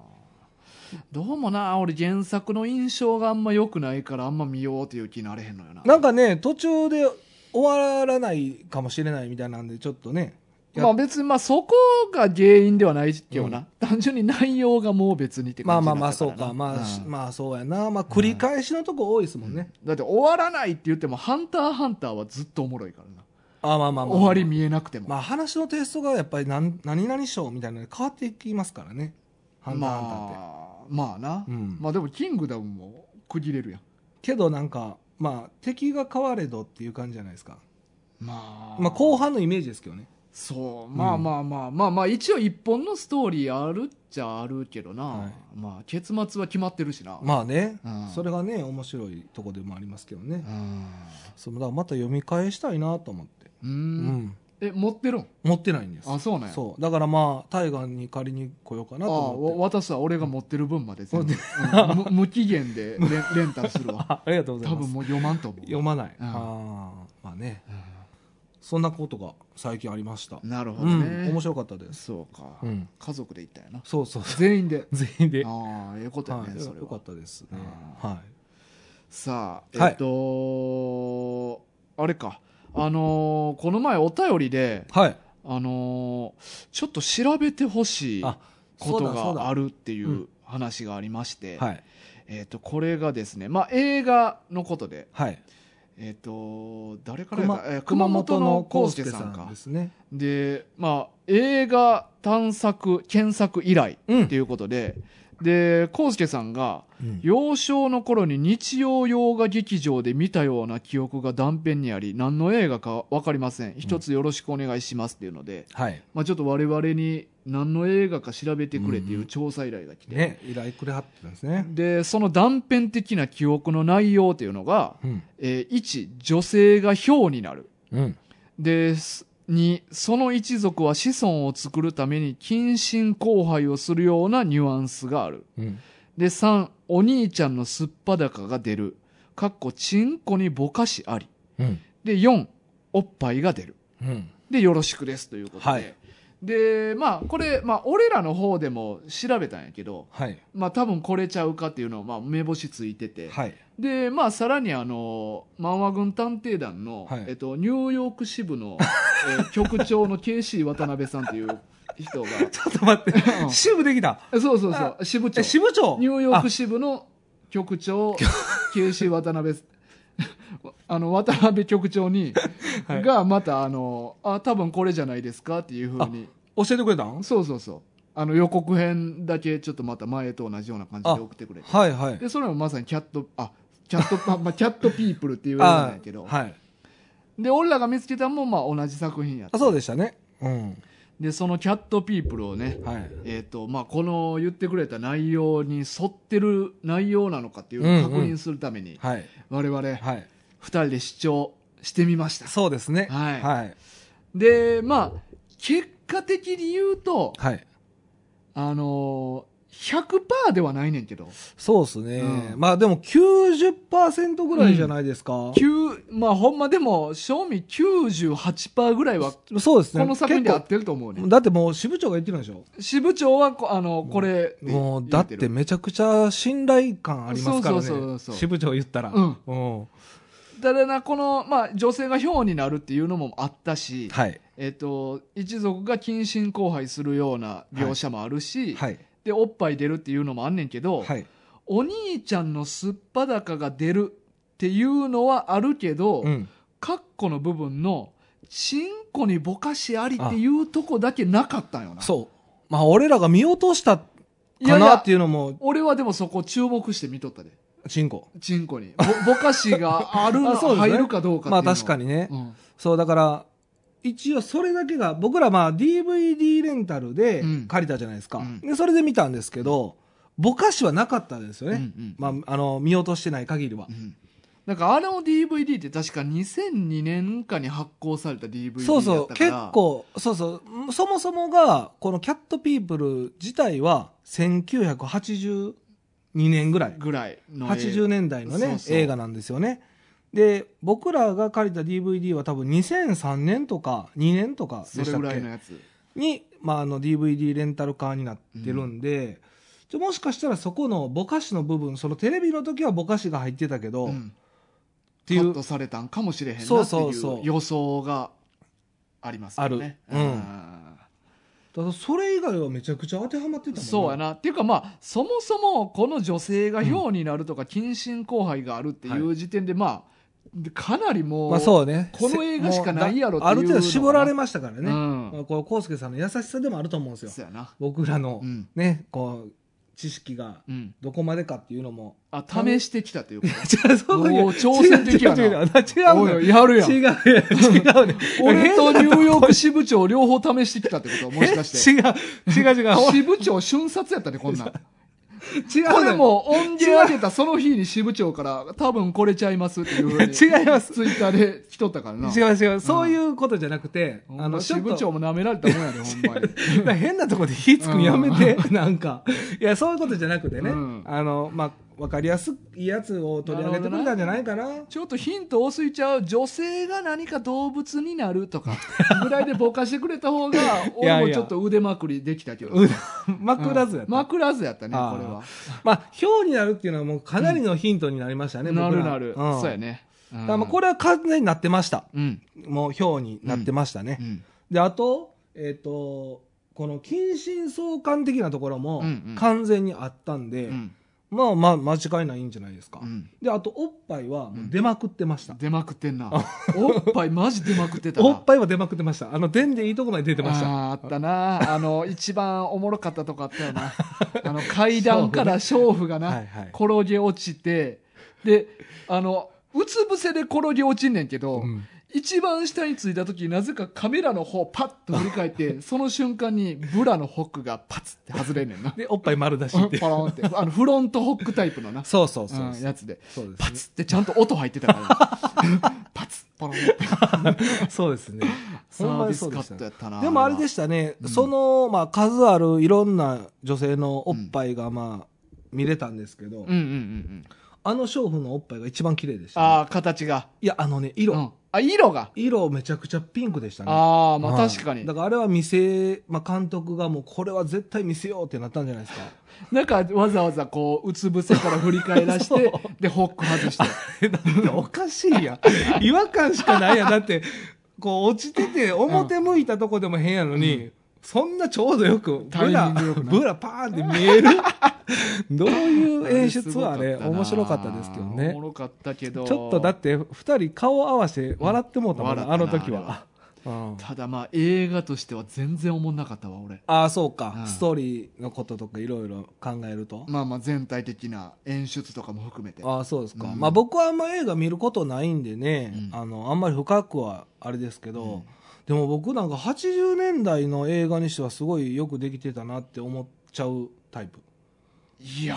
Speaker 1: どうもな、俺原作の印象があんま良くないから、あんま見ようという気になれへんのよな。
Speaker 2: なんかね途中で終わらないかもしれないみたいなんでちょっとねや
Speaker 1: まあ別に、まあそこが原因ではないけどな。単純に内容がもう別にって
Speaker 2: まあ
Speaker 1: 感じ
Speaker 2: ま
Speaker 1: に
Speaker 2: あま
Speaker 1: なっ
Speaker 2: あ
Speaker 1: た
Speaker 2: そ
Speaker 1: ら
Speaker 2: うか
Speaker 1: な
Speaker 2: まあ、し
Speaker 1: うん
Speaker 2: まあそうやなまあ繰り返しのとこ多いですもんね、
Speaker 1: だって終わらないって言っても、ハンターハンターはずっとおもろいからな。
Speaker 2: あまあまあまあ
Speaker 1: 終わり見えなくても。
Speaker 2: まあ話のテイストがやっぱり何何々賞みたいなので変わっていきますからね「ハンターハンター」って、
Speaker 1: まあ、まあな。
Speaker 2: うん
Speaker 1: まあでも、キングダムも区切れるやん。
Speaker 2: けどなんかまあ敵が変われどっていう感じじゃないですか
Speaker 1: まあ、
Speaker 2: まあ後。半のイメージですけどね
Speaker 1: そう。まあまあまあ、まあまあ、一応一本のストーリーあるっちゃあるけどな。
Speaker 2: はい
Speaker 1: まあ、結末は決まってるしな。
Speaker 2: まあね、
Speaker 1: うん
Speaker 2: それがね面白いとこでもありますけどね、
Speaker 1: うん
Speaker 2: そうだからまた読み返したいなと思って、
Speaker 1: う
Speaker 2: うん
Speaker 1: ん。え、持ってるん
Speaker 2: 持ってないんです
Speaker 1: あ、そうなんや。
Speaker 2: そうだからまあ大河に借りに来ようかな
Speaker 1: あ
Speaker 2: と
Speaker 1: あ
Speaker 2: 思って
Speaker 1: わ私は俺が持ってる分まで全部、うんむ無期限でレンレンタルするわ
Speaker 2: あありがとうござい
Speaker 1: 多
Speaker 2: ま
Speaker 1: 分
Speaker 2: す
Speaker 1: もう読まんと思う
Speaker 2: 読まない、
Speaker 1: うん
Speaker 2: ああまあねそんなことが最近ありました、
Speaker 1: なるほ
Speaker 2: う
Speaker 1: どね、
Speaker 2: ん面白かったです
Speaker 1: そうか、
Speaker 2: うん
Speaker 1: 家族で行ったよな
Speaker 2: そう そうそう
Speaker 1: 全員で
Speaker 2: 全員で
Speaker 1: ああええことやね、
Speaker 2: はい、
Speaker 1: それ
Speaker 2: よか
Speaker 1: は
Speaker 2: ったですね。
Speaker 1: うん
Speaker 2: は
Speaker 1: さあ
Speaker 2: は
Speaker 1: え
Speaker 2: い
Speaker 1: っと、あれかあのーこの前お便りで
Speaker 2: い。はい。
Speaker 1: あのーちょっと調べてほしい
Speaker 2: あ
Speaker 1: こ
Speaker 2: そうだそ
Speaker 1: と
Speaker 2: う
Speaker 1: が
Speaker 2: だ
Speaker 1: あるってい
Speaker 2: うん
Speaker 1: う話がありまして、
Speaker 2: はい。
Speaker 1: えっとこれがですねまあ映画のことで
Speaker 2: はい。
Speaker 1: えっ、と誰からや
Speaker 2: 熊
Speaker 1: ったえー
Speaker 2: 熊
Speaker 1: 熊
Speaker 2: 本
Speaker 1: 本の
Speaker 2: の康
Speaker 1: 康介
Speaker 2: 介さ
Speaker 1: さん
Speaker 2: ん
Speaker 1: か
Speaker 2: ですね。
Speaker 1: でまあ映画探索検索以来
Speaker 2: う
Speaker 1: って。いうことで、で康介さんが
Speaker 2: うん
Speaker 1: 幼少の頃に日曜洋画劇場で見たような記憶が断片にあり何の映画か分かりません一つよろしくお願いしますっていうので、
Speaker 2: はい。
Speaker 1: まあ、ちょっと我々に何の映画か調べてくれっていう調査依頼が来て、
Speaker 2: ね、依頼くれはってたんですね。
Speaker 1: でその断片的な記憶の内容っていうのが、
Speaker 2: うん。
Speaker 1: えー1女性が豹になる
Speaker 2: うん。
Speaker 1: です。に、その一族は子孫を作るために近親交配をするようなニュアンスがある。
Speaker 2: うん。
Speaker 1: で、3、お兄ちゃんのすっぱだかが出る。かっこ、ちんこにぼかしあり。
Speaker 2: うん。
Speaker 1: で、4、おっぱいが出る。
Speaker 2: うん。
Speaker 1: で、よろしくですということで。
Speaker 2: はい
Speaker 1: で、まあ、これ、まあ、俺らの方でも調べたんやけど、
Speaker 2: はい。
Speaker 1: まあ、多分これちゃうかっていうのを、まあ、目星ついてて。
Speaker 2: はい。
Speaker 1: で、まあ、さらにあの、漫画軍探偵団の、
Speaker 2: はい
Speaker 1: えっと、ニューヨーク支部の、えー局長の KC 渡辺さんっていう人 が、
Speaker 2: ちょっと待
Speaker 1: う
Speaker 2: って。
Speaker 1: ん
Speaker 2: 支部できた。
Speaker 1: えそうそうそう、支部長
Speaker 2: え、。支部長
Speaker 1: ニューヨーク
Speaker 2: あ
Speaker 1: 支部の局長、KC 渡辺、 あの、渡辺局長に、
Speaker 2: はい
Speaker 1: が、また、あの、あ、多分これじゃないですかっていうふうに、
Speaker 2: 教えてくれたん
Speaker 1: そうそうそう。あの、予告編だけ、ちょっとまた前と同じような感じで送ってくれて。
Speaker 2: はいはい。
Speaker 1: で、それもまさにキャット、あ、キャット、 まあまあ、キャットピープルっていう映画なん
Speaker 2: あ
Speaker 1: やけど、
Speaker 2: はい。
Speaker 1: で、俺らが見つけたのも、まあ、同じ作品やった
Speaker 2: あそうでしたね。うん。
Speaker 1: で、そのキャットピープルをね、
Speaker 2: はい。
Speaker 1: えーとまあ、この言ってくれた内容に沿ってる内容なのかっていうのを確認するために、
Speaker 2: はい。
Speaker 1: 我々
Speaker 2: はい。
Speaker 1: 2人で視聴してみました
Speaker 2: そうですね。
Speaker 1: はい
Speaker 2: はい。
Speaker 1: でまあ結果的に言うと
Speaker 2: はい。
Speaker 1: あのー100%ではないねんけど、
Speaker 2: そうですね。
Speaker 1: うん
Speaker 2: まあでも90%ぐらいじゃないですか。
Speaker 1: 9まあ、ほんまでも賞味98%ぐらいはこ
Speaker 2: そうですね。
Speaker 1: の作品で合っ
Speaker 2: 結
Speaker 1: てると思うね
Speaker 2: 構だってもう支部長が言ってるんでしょ
Speaker 1: 支部長はこあのこれ言
Speaker 2: もうだってめちゃくちゃ信頼感ありますからね。
Speaker 1: そうそうそうそう
Speaker 2: 支部長言ったら。
Speaker 1: うん
Speaker 2: うん
Speaker 1: ただなこの、まあ、女性が票になるっていうのもあったし、
Speaker 2: はい。
Speaker 1: えっと一族が近親交配するような描写もあるし、
Speaker 2: はい。
Speaker 1: でおっぱい出るっていうのもあんねんけど、
Speaker 2: はい。
Speaker 1: お兄ちゃんのすっぱだかが出るっていうのはあるけど、
Speaker 2: うん。
Speaker 1: カッコの部分のチンコにぼかしありっていうとこだけなかったんよな
Speaker 2: そう。まあ俺らが見落としたか
Speaker 1: いやいや
Speaker 2: なっていうのも、
Speaker 1: 俺はでもそこ注目して見とったで
Speaker 2: チンコ。
Speaker 1: チンコに ぼぼかしがあるの
Speaker 2: あそうですね
Speaker 1: 入るかどうかっていうの
Speaker 2: まあ確かにね。
Speaker 1: うん
Speaker 2: そう、だから、一応それだけが、僕らまあ DVD レンタルで
Speaker 1: うん
Speaker 2: 借りたじゃないですか。
Speaker 1: うん
Speaker 2: で、それで見たんですけど、ぼかしはなかったですよね。
Speaker 1: うんうん
Speaker 2: まあ、あの、見落としてない限りは
Speaker 1: う。んなんかあの DVD って確か2002年かに発行された DVD だったから
Speaker 2: そうそう、結構、そうそう、そもそもが、このキャットピープル自体は、1982年ぐらい。
Speaker 1: ぐらいの
Speaker 2: 80年代のね
Speaker 1: そうそう
Speaker 2: 映画なんですよねで僕らが借りた DVD は多分2003年とか2年とか
Speaker 1: そ
Speaker 2: でし
Speaker 1: れ
Speaker 2: たっ
Speaker 1: ぐらいの
Speaker 2: け
Speaker 1: やつ
Speaker 2: に、まあ、あの DVD レンタルカーになってるんで、じゃもしかしたらそこのぼかしの部分そのテレビの時はぼかしが入ってたけど、
Speaker 1: う
Speaker 2: っ
Speaker 1: ん
Speaker 2: てい
Speaker 1: カ
Speaker 2: う
Speaker 1: ットされたんかもしれへんなって
Speaker 2: そうそう
Speaker 1: い
Speaker 2: そ
Speaker 1: う
Speaker 2: う
Speaker 1: 予想がありますよね
Speaker 2: あるうん
Speaker 1: あ
Speaker 2: だからそれ以外はめちゃくちゃ当てはまってたもん
Speaker 1: ー
Speaker 2: ね
Speaker 1: そうやなっていうかまあそもそもこの女性が票になるとか近親交配があるっていう時点でまあかなりもう,、
Speaker 2: まあそうね
Speaker 1: この映画しかないやろっていう
Speaker 2: ある程度絞られましたか
Speaker 1: う
Speaker 2: らね、
Speaker 1: ん
Speaker 2: まあ、こう康介さんの優しさでもあると思うんですよ
Speaker 1: そうやな
Speaker 2: 僕らの
Speaker 1: うん
Speaker 2: ね、こう知識が
Speaker 1: うん
Speaker 2: どこまでかっていうのも
Speaker 1: あ試してきたというか
Speaker 2: 違う、そういう。
Speaker 1: おー挑戦的やな
Speaker 2: 違う違う違う違う
Speaker 1: おいやるやん
Speaker 2: 違う違うね。
Speaker 1: 俺とニューヨーク
Speaker 2: ク
Speaker 1: 支部長両方試してきたってこともしかして。
Speaker 2: 違う、違う違う。
Speaker 1: 支部長瞬殺やったね、こんなん。
Speaker 2: 違う。
Speaker 1: これ。も音源上げたその日に支部長から多分これちゃいますっていうふうに。
Speaker 2: 違います
Speaker 1: ツイッターで来とったからな。
Speaker 2: 違う違う。そういうことじゃなくて、
Speaker 1: ほんま
Speaker 2: あの、ちょ
Speaker 1: 支
Speaker 2: っと
Speaker 1: 部長も舐められたもんやで、ほんまに。
Speaker 2: だから 変なとこで火つくのやめて、なんか。いや、そういうことじゃなくてね。
Speaker 1: うん
Speaker 2: あの、まあ、わかりやすいやつを取り上げてくれたんじゃないかな。
Speaker 1: ちょっとヒント多すぎちゃう女性が何か動物になると かぐらいでぼかしてくれた方が
Speaker 2: いや
Speaker 1: 俺もちょっと腕まくりできたけど
Speaker 2: う枕ずやった。
Speaker 1: 枕ずやったねこれは
Speaker 2: まあ、表になるっていうのはもうかなりのヒントになりましたね、
Speaker 1: な
Speaker 2: 僕
Speaker 1: る
Speaker 2: ら
Speaker 1: なる
Speaker 2: うん
Speaker 1: そうやねだ
Speaker 2: だからまあこれは完全になってました。
Speaker 1: うん
Speaker 2: もう表になってましたね。
Speaker 1: うん
Speaker 2: で、あと、えっ、と、この近親相関的なところも
Speaker 1: うんうん
Speaker 2: 完全にあったんで、
Speaker 1: うん
Speaker 2: まあまあ間違いないんじゃないですか。
Speaker 1: うん
Speaker 2: で、あと、おっぱいはもう出まくってました。
Speaker 1: 出まくってんな。おっぱいマジ出まくってたな。
Speaker 2: おっぱいは出まくってました。あの、でんでいいとこまで出てました。
Speaker 1: あーあった な。あの、一番おもろかったとこあったよな。あの、階段から娼婦がな、
Speaker 2: はいはい
Speaker 1: 転げ落ちて、で、あの、うつ伏せで転げ落ちんねんけど、
Speaker 2: うん
Speaker 1: 一番下についた時なぜかカメラの方パッと振り返っ て、その瞬間にブラのホックがパツって外れんねん な。
Speaker 2: で、おっぱい丸出し
Speaker 1: パロ
Speaker 2: って。
Speaker 1: ーンって。あの、フロントホックタイプのな、
Speaker 2: そうそうそう
Speaker 1: うん
Speaker 2: そう。
Speaker 1: やつで。
Speaker 2: そうで
Speaker 1: パ
Speaker 2: す
Speaker 1: ツってちゃんと音入ってたか ら。パツパローンって。
Speaker 2: ね。そうですね。
Speaker 1: サービス
Speaker 2: ほん
Speaker 1: カ
Speaker 2: まに
Speaker 1: ッ
Speaker 2: そ
Speaker 1: ト
Speaker 2: うで
Speaker 1: や
Speaker 2: し
Speaker 1: ったな。
Speaker 2: たでもあれで
Speaker 1: し
Speaker 2: したね、
Speaker 1: うん
Speaker 2: その、まあ、数あるいろんな女性のおっぱいが、まあ、見れたんですけ
Speaker 1: う
Speaker 2: ど、
Speaker 1: んうんうんうん。
Speaker 2: あの娼婦のおっぱいが一番綺麗でした、ね。
Speaker 1: ああ、形が。
Speaker 2: いや、あのね、
Speaker 1: 色。
Speaker 2: 色、
Speaker 1: あ、色が。
Speaker 2: 色めちゃくちゃピンクでしたね。
Speaker 1: ああ、ま
Speaker 2: は
Speaker 1: あ
Speaker 2: い
Speaker 1: 確かに
Speaker 2: だ。からあれは見せ、まあ、監督がもうこれは絶対見せようってなったんじゃない ですか。
Speaker 1: なんかわざわざこう、うつ伏せから振り返 らし
Speaker 2: そう
Speaker 1: て、で、ホック外 して。
Speaker 2: えだっておかしいやん。違和感しかないやん。だって、こう落ちてて表向いたとこでも変やのに、そんなちょうどよく
Speaker 1: タイ
Speaker 2: ブ
Speaker 1: ミ
Speaker 2: ラ
Speaker 1: ングよくな
Speaker 2: ブラパーンって見え るどういう演出はあれ
Speaker 1: すごかったな
Speaker 2: 面白かったですけど
Speaker 1: お
Speaker 2: ね
Speaker 1: もろかったけど
Speaker 2: ちょっとだって2人顔合わせ笑ってもうたもん、
Speaker 1: うん
Speaker 2: あの時
Speaker 1: 笑
Speaker 2: は、うん
Speaker 1: ただまあ映画としては全然おもんなかったわ俺
Speaker 2: ああそうか、
Speaker 1: うん
Speaker 2: ストーリーのこととかいろいろ考えると、
Speaker 1: まあまあ全体的な演出とかも含めて
Speaker 2: ああそうですか、
Speaker 1: うん
Speaker 2: まあ僕はあんま映画見ることないんでね、
Speaker 1: うん
Speaker 2: あのあんまり深くはあれですけど、
Speaker 1: うん
Speaker 2: でも僕なんか80年代の映画にしてはすごいよくできてたなって思っちゃう タイプ
Speaker 1: いや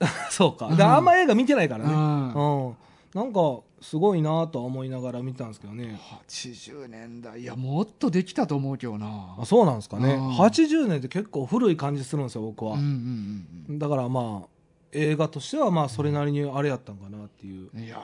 Speaker 1: ー
Speaker 2: そう
Speaker 1: う
Speaker 2: か
Speaker 1: ん
Speaker 2: だからあんま映画見てないからね
Speaker 1: うん
Speaker 2: うん、なんかすごいなとは思いながら見たんですけどね
Speaker 1: 80年代いやもっとできたと思うけどな
Speaker 2: あそうなんですかね
Speaker 1: うん
Speaker 2: 80年って結構古い感じするんですよ僕
Speaker 1: う
Speaker 2: は
Speaker 1: ん、うん
Speaker 2: だからまあ映画としてはまあそれなりにあれやったんかなっていう
Speaker 1: うんうんいやー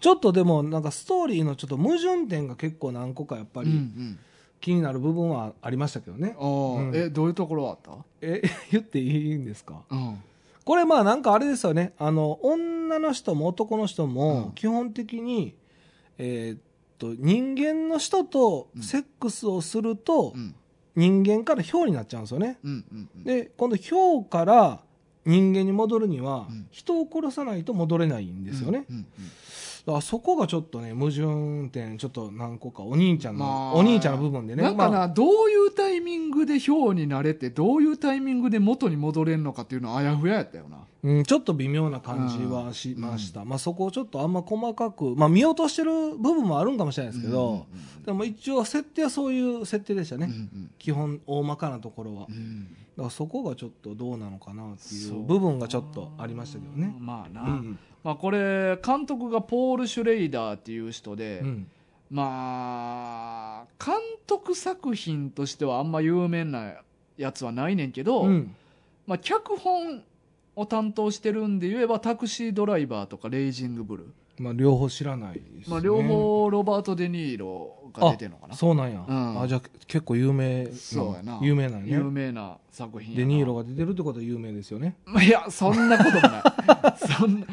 Speaker 2: ちょっとでもなんかストーリーのちょっと矛盾点が結構何個かやっぱ
Speaker 1: うんう
Speaker 2: り
Speaker 1: ん
Speaker 2: 気になる部分はありましたけどね、
Speaker 1: おー
Speaker 2: うん
Speaker 1: えどういうところあった
Speaker 2: え言っていいんですか
Speaker 1: うん
Speaker 2: これまあなんかあれですよねあの女の人も男の人
Speaker 1: うん
Speaker 2: も基本的に、えーっと人間の人と
Speaker 1: うん
Speaker 2: セックスをすると
Speaker 1: うん
Speaker 2: 人間からヒョウになっちゃうんですよね
Speaker 1: うんうんうん
Speaker 2: で今度ヒョウから人間に戻るには
Speaker 1: うん
Speaker 2: 人を殺さないと戻れないんですよね、
Speaker 1: うんうんうん
Speaker 2: だからそこがちょっとね矛盾点ちょっと何個かお兄ちゃんの、
Speaker 1: まあ
Speaker 2: お兄ちゃんの部分でね
Speaker 1: なんかな、
Speaker 2: まあ
Speaker 1: どういうタイミングでヒョウになれてどういうタイミングで元に戻れるのかっていうのはあやふややったよな
Speaker 2: うん、ちょっと微妙な感じはし
Speaker 1: うん
Speaker 2: ました、まあ、そこをちょっとあんま細かく、まあ、見落としてる部分もあるんかもしれないですけど、でも一応設定はそういう設定でした
Speaker 1: うん
Speaker 2: ね、
Speaker 1: うんうん
Speaker 2: 基本大まかなところは、
Speaker 1: う
Speaker 2: だ
Speaker 1: ん
Speaker 2: からそこがちょっとどうなのかなってい
Speaker 1: そう
Speaker 2: う部分がちょっとありましたけどね
Speaker 1: まあな、
Speaker 2: うん
Speaker 1: まあ、これ監督がポール・シュレイダーっていう人で、
Speaker 2: うん
Speaker 1: まあ監督作品としてはあんま有名なやつはないねんけど、
Speaker 2: うん
Speaker 1: まあ、脚本を担当してるんで言えばタクシードライバーとかレイジングブルー、
Speaker 2: まあ、両方知らないです、ね
Speaker 1: まあ、両方ロバート・デ・ニーロが出てるのかな
Speaker 2: そうなんや、
Speaker 1: うん
Speaker 2: あじゃあ結構有名な
Speaker 1: そうやな
Speaker 2: 有名なんや
Speaker 1: 有
Speaker 2: ね
Speaker 1: 名な作品やな
Speaker 2: デニーロが出てるってことは有名ですよね
Speaker 1: まあいやそんなこともない そんな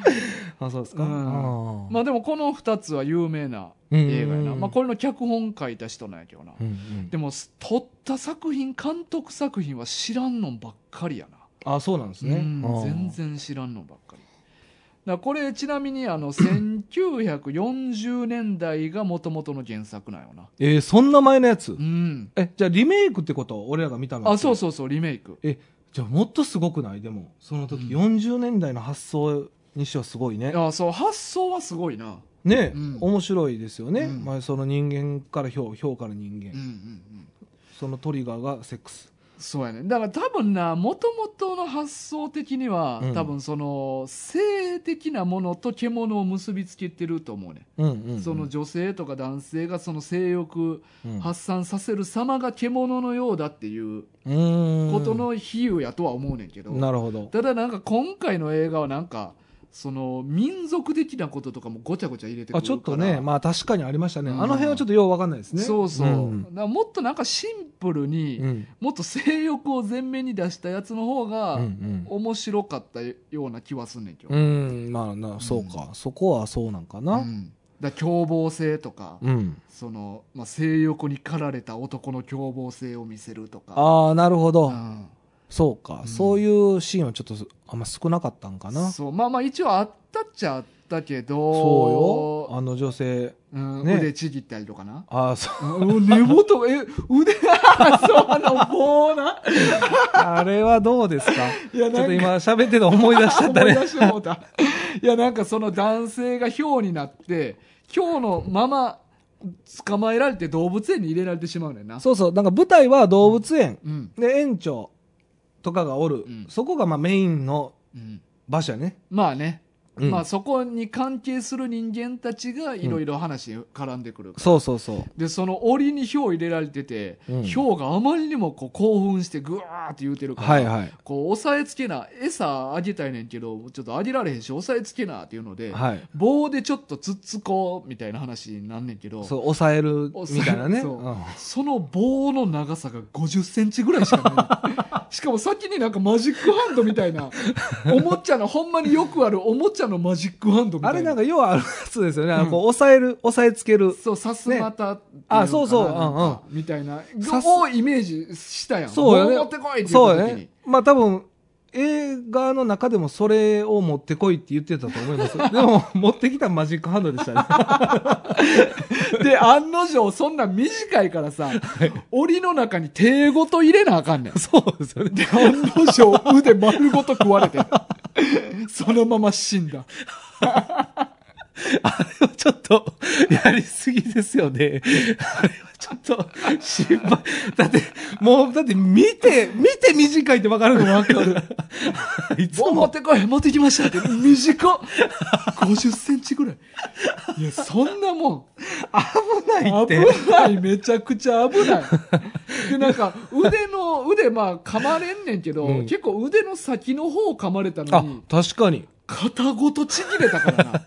Speaker 2: あそうですか、
Speaker 1: うん
Speaker 2: あー
Speaker 1: まあでもこの2つは有名な映画や
Speaker 2: うんうん
Speaker 1: な、
Speaker 2: うん
Speaker 1: まあ、これの脚本書いた人なんやけどな、
Speaker 2: うんうん
Speaker 1: でも撮った作品監督作品は知らんのんばっかりやな、
Speaker 2: あそうなんですね、
Speaker 1: うん
Speaker 2: あー
Speaker 1: 全然知らんのんばっかりだからこれちなみに あの1940年代がもともとの原作なんよな
Speaker 2: えーそんな前のやつ、
Speaker 1: うん
Speaker 2: えじゃあリメイクってこと俺らが見たの
Speaker 1: あそう
Speaker 2: う
Speaker 1: そうそうリメイク
Speaker 2: じゃあもっとすごくないでもその時
Speaker 1: うん
Speaker 2: 40年代の発想にしてはすごいね、
Speaker 1: あそう発想はすごいな
Speaker 2: ね、
Speaker 1: うん
Speaker 2: 面白いですよね、
Speaker 1: うん
Speaker 2: まあ、その人間からひょうひょうから人間、
Speaker 1: うんうんうん
Speaker 2: そのトリガーがセックス
Speaker 1: そうやねだから多分なもともとの発想的には、
Speaker 2: うん
Speaker 1: 多分その性的なものと獣を結びつけてると思うね、
Speaker 2: うんうんうん
Speaker 1: その女性とか男性がその性欲
Speaker 2: うん
Speaker 1: 発散させる様が獣のようだっていう
Speaker 2: うーん
Speaker 1: ことの比喩やとは思うねんけど、
Speaker 2: なるほど
Speaker 1: ただなんか今回の映画はなんかその民族的なこととかもごちゃごちゃ入れてくるから
Speaker 2: あちょっとねまあ確かにありましたね、
Speaker 1: うん
Speaker 2: あの辺はちょっとよう分かんないですね
Speaker 1: そうそう、
Speaker 2: うん
Speaker 1: だからもっとなんかシンプルに、
Speaker 2: うん
Speaker 1: もっと性欲を前面に出したやつの方が、
Speaker 2: うんうん
Speaker 1: 面白かったような気はすんねんけど、
Speaker 2: う
Speaker 1: うん
Speaker 2: んまあなそうか、そこはそうなんかな
Speaker 1: だから凶暴性とか、
Speaker 2: うん、
Speaker 1: そのまあ、性欲に駆られた男の凶暴性を見せるとか
Speaker 2: ああなるほど、
Speaker 1: うん
Speaker 2: そうか、
Speaker 1: うん
Speaker 2: そういうシーンはちょっとあんま少なかったんかなそう
Speaker 1: そうまあまあ一応あったっちゃあったけど
Speaker 2: よあの女性
Speaker 1: うん
Speaker 2: ね
Speaker 1: 腕ちぎったりとかな
Speaker 2: ああそう
Speaker 1: うん根元え腕 そうな棒な
Speaker 2: あれはどうですか
Speaker 1: いや
Speaker 2: ちょっ
Speaker 1: なん
Speaker 2: と
Speaker 1: か
Speaker 2: 今喋ってて思い出しちゃった
Speaker 1: 思い
Speaker 2: ね
Speaker 1: 出してもうたいやなんかその男性がヒョウになってヒョウのまま捕まえられて動物園に入れられてしまうねんな
Speaker 2: そうそうなんか舞台は動物園、
Speaker 1: うん
Speaker 2: で園長とかがおる、
Speaker 1: うん
Speaker 2: そこがまあメインの
Speaker 1: うん
Speaker 2: 場所やね、
Speaker 1: まあね、
Speaker 2: うん
Speaker 1: まあそこに関係する人間たちがいろいろ話に絡んでくるから、
Speaker 2: そうそうそう
Speaker 1: でその檻にヒョウ入れられてて、
Speaker 2: うん
Speaker 1: ヒョウがあまりにもこう興奮してグワーって言うてるから、
Speaker 2: はいはい
Speaker 1: こう押さえつけな餌あげたいねんけどちょっとあげられへんし押さえつけなっていうので、
Speaker 2: はい
Speaker 1: 棒でちょっとつっつこうみたいな話になんねんけど
Speaker 2: そう抑えるみたいなね
Speaker 1: そう
Speaker 2: うん
Speaker 1: その棒の長さが5 0ンチぐらいしかない しかも先になんかマジックハンドみたい な、おもちゃの、ほんまによくあるおもちゃのマジックハンドみたいな。
Speaker 2: あれなん
Speaker 1: か、
Speaker 2: か要はあるやつですよね。あ
Speaker 1: うん
Speaker 2: のこう押さえる、押さえつける。
Speaker 1: そう、さすまたっていのかな、
Speaker 2: あそうそう
Speaker 1: なんかみたいな、
Speaker 2: さす
Speaker 1: をイメージしたやん。
Speaker 2: そうよね
Speaker 1: 棒持ってこいって言
Speaker 2: そう
Speaker 1: った
Speaker 2: よ
Speaker 1: 時に。
Speaker 2: ね。まあ多分、映画の中でもそれを持ってこいって言ってたと思い ます。でも、持ってきたマジックハンドでしたね。
Speaker 1: で、案の定、そんな短いからさ、檻の中に手ごと入れなあかんねん。
Speaker 2: そうですよね。
Speaker 1: で、案の定、腕丸ごと食われ て、そのまま死んだ。
Speaker 2: あれはちょっと、やりすぎですよね。あれはちょっと、心配。だって、もう、だって見て、見て短いってわかるのわかる。いつ
Speaker 1: 棒持
Speaker 2: も
Speaker 1: っ。て こい持ってきましたって、短っ !50 センチぐらい。いや、そんなもん。
Speaker 2: 危ない
Speaker 1: 危
Speaker 2: って。
Speaker 1: ない、めちゃくちゃ危ない。で、なんか、腕の、腕、まあ、噛まれんねんけど、
Speaker 2: うん
Speaker 1: 結構腕の先の方を噛まれたの
Speaker 2: あ
Speaker 1: に、、
Speaker 2: 確かに。
Speaker 1: 肩ごとちぎれたからな。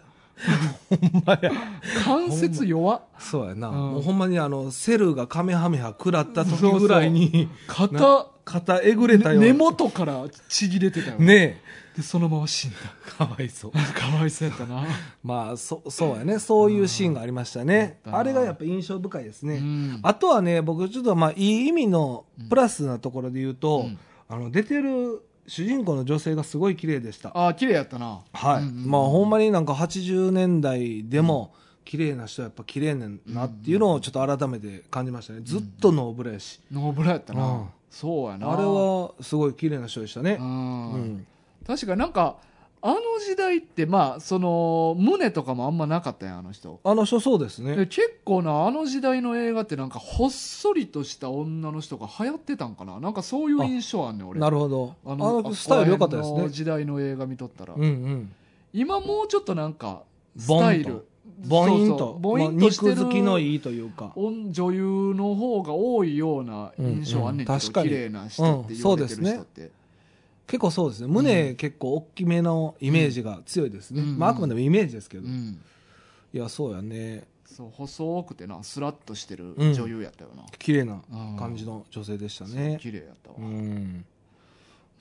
Speaker 1: 関節弱っ。
Speaker 2: そうやな。
Speaker 1: うん
Speaker 2: もうほんまにあの、セルがカメハメハ食らった時ぐらいに、
Speaker 1: 肩、
Speaker 2: 肩えぐれたような。
Speaker 1: 根元からちぎれてたよ。
Speaker 2: ね
Speaker 1: で、そのまま死んだ。
Speaker 2: え。かわいそう。
Speaker 1: かわいそうやったな。
Speaker 2: まあ、そ、そうやね。そういうシーンがありましたね。
Speaker 1: うん
Speaker 2: あれがやっぱ印象深いですね。
Speaker 1: うん
Speaker 2: あとはね、僕ちょっとまあ、いい意味のプラスなところで言うと、
Speaker 1: うん
Speaker 2: あの、出てる主人公の女性がすごい綺麗でした。
Speaker 1: あー、綺麗やったな。
Speaker 2: はい。
Speaker 1: うんうんうん
Speaker 2: まあ、ほんまになんか80年代でも、綺麗な人はやっぱ綺麗ねんなっていうのをちょっと改めて感じましたね。ずっとノーブレやし。
Speaker 1: ノーブラやったな。
Speaker 2: うん
Speaker 1: そうやな。
Speaker 2: あれ、はすごい綺麗な人でしたね
Speaker 1: う。。
Speaker 2: うんん。
Speaker 1: 確かなんか、あの時代って、まあ、その、胸とかもあんまなかったやん、あの人。
Speaker 2: あの人そうですね
Speaker 1: で。結構なあの時代の映画ってなんかほっそりとした女の人が流行ってたんかななんかそういう印象あんねん俺
Speaker 2: なるほど。あのスタイル良かったです
Speaker 1: あの
Speaker 2: ね。
Speaker 1: 時代の映画見とったら、
Speaker 2: うんうん。
Speaker 1: 今もうちょっとなんかス
Speaker 2: ボンと
Speaker 1: タイル
Speaker 2: ボイン
Speaker 1: そうそ
Speaker 2: と
Speaker 1: う。ボインとしてる
Speaker 2: まあ肉付きのいいというか。
Speaker 1: 女女優の方が多いような印象あんねんけど、
Speaker 2: うんうん確かに
Speaker 1: 綺麗な人って言われてる人って、
Speaker 2: 結構そうですね。胸結構大きめのイメージが強いですね。
Speaker 1: うん
Speaker 2: まああくまでもイメージですけど。
Speaker 1: う
Speaker 2: い
Speaker 1: ん
Speaker 2: や、そうやね。
Speaker 1: そう細くてなスラッとしてる
Speaker 2: うん
Speaker 1: 女優やったよな、
Speaker 2: 綺麗な
Speaker 1: うん
Speaker 2: 感じの女性でした
Speaker 1: そう
Speaker 2: ね。
Speaker 1: 綺麗やったわ、
Speaker 2: うん。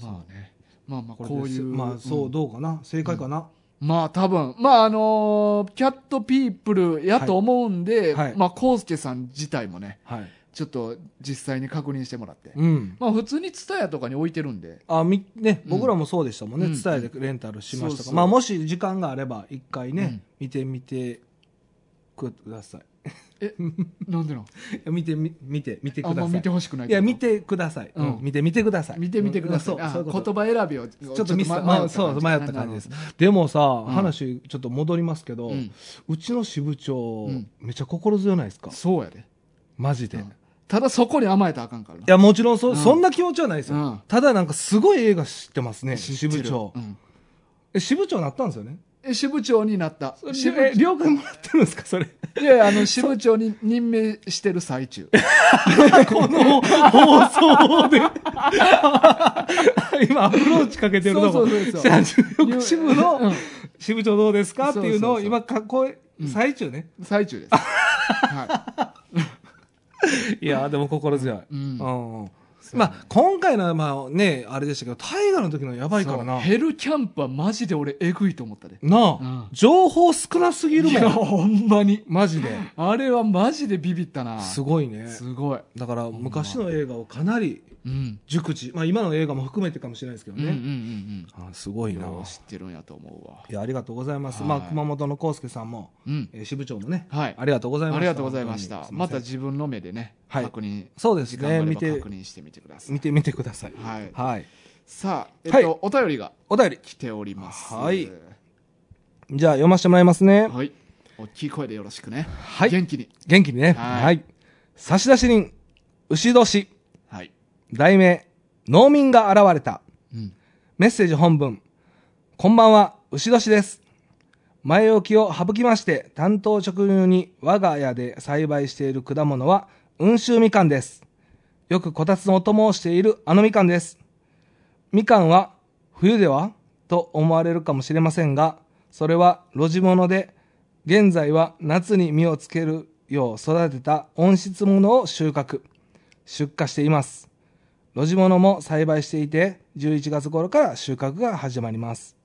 Speaker 1: まあねまあまあ
Speaker 2: こ
Speaker 1: こう
Speaker 2: れ
Speaker 1: い
Speaker 2: で
Speaker 1: う
Speaker 2: す。まあそう、
Speaker 1: ん
Speaker 2: どうかな。正解かな。
Speaker 1: まあ多分、まああのーキャットピープルやと思うんで、
Speaker 2: はいはい
Speaker 1: まあコウスケさん自体もね、
Speaker 2: はい。
Speaker 1: ちょっと実際に確認してもらって。
Speaker 2: うん。
Speaker 1: まあ普通にツタヤとかに置いてるんで、
Speaker 2: あみね、
Speaker 1: うん
Speaker 2: 僕らもそうでしたもん
Speaker 1: うん
Speaker 2: ね、伝えでレンタルしました
Speaker 1: そう
Speaker 2: か
Speaker 1: そう
Speaker 2: ら、まあ、もし時間があれば、一回ね、
Speaker 1: うん
Speaker 2: 見てみてください。
Speaker 1: なんでなん
Speaker 2: いや見てみ見て見て
Speaker 1: あ
Speaker 2: く
Speaker 1: んま
Speaker 2: ださ
Speaker 1: 見
Speaker 2: い
Speaker 1: て。ほしくない
Speaker 2: い
Speaker 1: けど
Speaker 2: や見てください。
Speaker 1: う
Speaker 2: うんん、見て見てください。
Speaker 1: 見てみてください。
Speaker 2: うん
Speaker 1: あ
Speaker 2: そうそういうこと
Speaker 1: 言葉選びをち
Speaker 2: ちょっとミス
Speaker 1: ま
Speaker 2: まあそう迷った感じです。。でもさ、話ちょっと戻りますけど、
Speaker 1: 迷
Speaker 2: う
Speaker 1: った感じ
Speaker 2: ちの支部長、
Speaker 1: うん
Speaker 2: めちゃ心強ないですか
Speaker 1: うん。そうやで。
Speaker 2: マジで。
Speaker 1: うん
Speaker 2: い
Speaker 1: ただそこに甘えたらあかんからな。
Speaker 2: やもちろんそ,、
Speaker 1: うん
Speaker 2: ん、そんな気持ちはないですよ。
Speaker 1: うん
Speaker 2: ただなんかすごい映画知ってますね。
Speaker 1: 知って
Speaker 2: 支
Speaker 1: る
Speaker 2: 部長
Speaker 1: う。ん
Speaker 2: え支部長なったんですよね。
Speaker 1: え支部長になった。支
Speaker 2: 支
Speaker 1: 部
Speaker 2: 部了解もらってるんですかそれ。
Speaker 1: いやいや、あの、支部長に任命してる最中。
Speaker 2: この放 送で今アプローチかけてるの
Speaker 1: そう
Speaker 2: も
Speaker 1: そうそうそう
Speaker 2: 社長支部の、
Speaker 1: うん
Speaker 2: 支部長どうですかっていうの
Speaker 1: そうそう
Speaker 2: を
Speaker 1: そう
Speaker 2: 今かっこいい
Speaker 1: ん
Speaker 2: 最中ね、
Speaker 1: 最中 です。はい
Speaker 2: やーでも心強い、
Speaker 1: い。うん
Speaker 2: うんまあ今回のはまあねあれでしたけど大河の時のやばいから
Speaker 1: そう
Speaker 2: な
Speaker 1: ヘルキャンプはマジで俺えぐいと思ったで。
Speaker 2: なあ、
Speaker 1: うん
Speaker 2: 情報少なすぎる
Speaker 1: いや、
Speaker 2: もん
Speaker 1: ほんまに。
Speaker 2: マジで
Speaker 1: あれはマジでビビったな。
Speaker 2: す
Speaker 1: す
Speaker 2: ごいね
Speaker 1: ごい。
Speaker 2: だから昔の映画をかなり
Speaker 1: うん。
Speaker 2: 熟知まあ今の映画も含めてかもしれないですけど
Speaker 1: うんうん
Speaker 2: ね、
Speaker 1: うん
Speaker 2: あすごい
Speaker 1: うん。
Speaker 2: な
Speaker 1: よう知ってるんやと思うわ。
Speaker 2: いやありがとうございます、
Speaker 1: はい
Speaker 2: まあ熊本の康介さんも、
Speaker 1: うん。
Speaker 2: えー支部長もね、
Speaker 1: はい。
Speaker 2: ありがとうございました
Speaker 1: ありがとうございまし
Speaker 2: 本
Speaker 1: た。
Speaker 2: 当に
Speaker 1: また
Speaker 2: すい
Speaker 1: 自分の目でね、
Speaker 2: はい
Speaker 1: 確認、
Speaker 2: ませんそうで
Speaker 1: 時
Speaker 2: す
Speaker 1: 間があ
Speaker 2: ね
Speaker 1: れ
Speaker 2: 見
Speaker 1: ば
Speaker 2: て
Speaker 1: 確認してみてください
Speaker 2: 見。てみてください
Speaker 1: はい
Speaker 2: はい、
Speaker 1: さあ、えっ
Speaker 2: はい
Speaker 1: と、お便りが
Speaker 2: お便
Speaker 1: 来ております。
Speaker 2: はいりじゃあ読ませてもらいますね
Speaker 1: はい。大きい声でよろしくね。
Speaker 2: はい
Speaker 1: 元気に。
Speaker 2: 元気にね。
Speaker 1: は
Speaker 2: はいい。差出人、牛年、
Speaker 1: はい。
Speaker 2: 題名、農民が現れた。
Speaker 1: うん。
Speaker 2: メッセージ本文。こんばんは、牛年です。前置きを省きまして、担当直入に我が家で栽培している果物は、温州みかんです。よくこたつのお供をしているあのみかんです。みかんは、冬ではと思われるかもしれませんが、それは露地物で、現在は夏に実をつけるよう育てた温室ものを収穫、出荷しています。露地物も栽培していて、11月頃から収穫が始まります。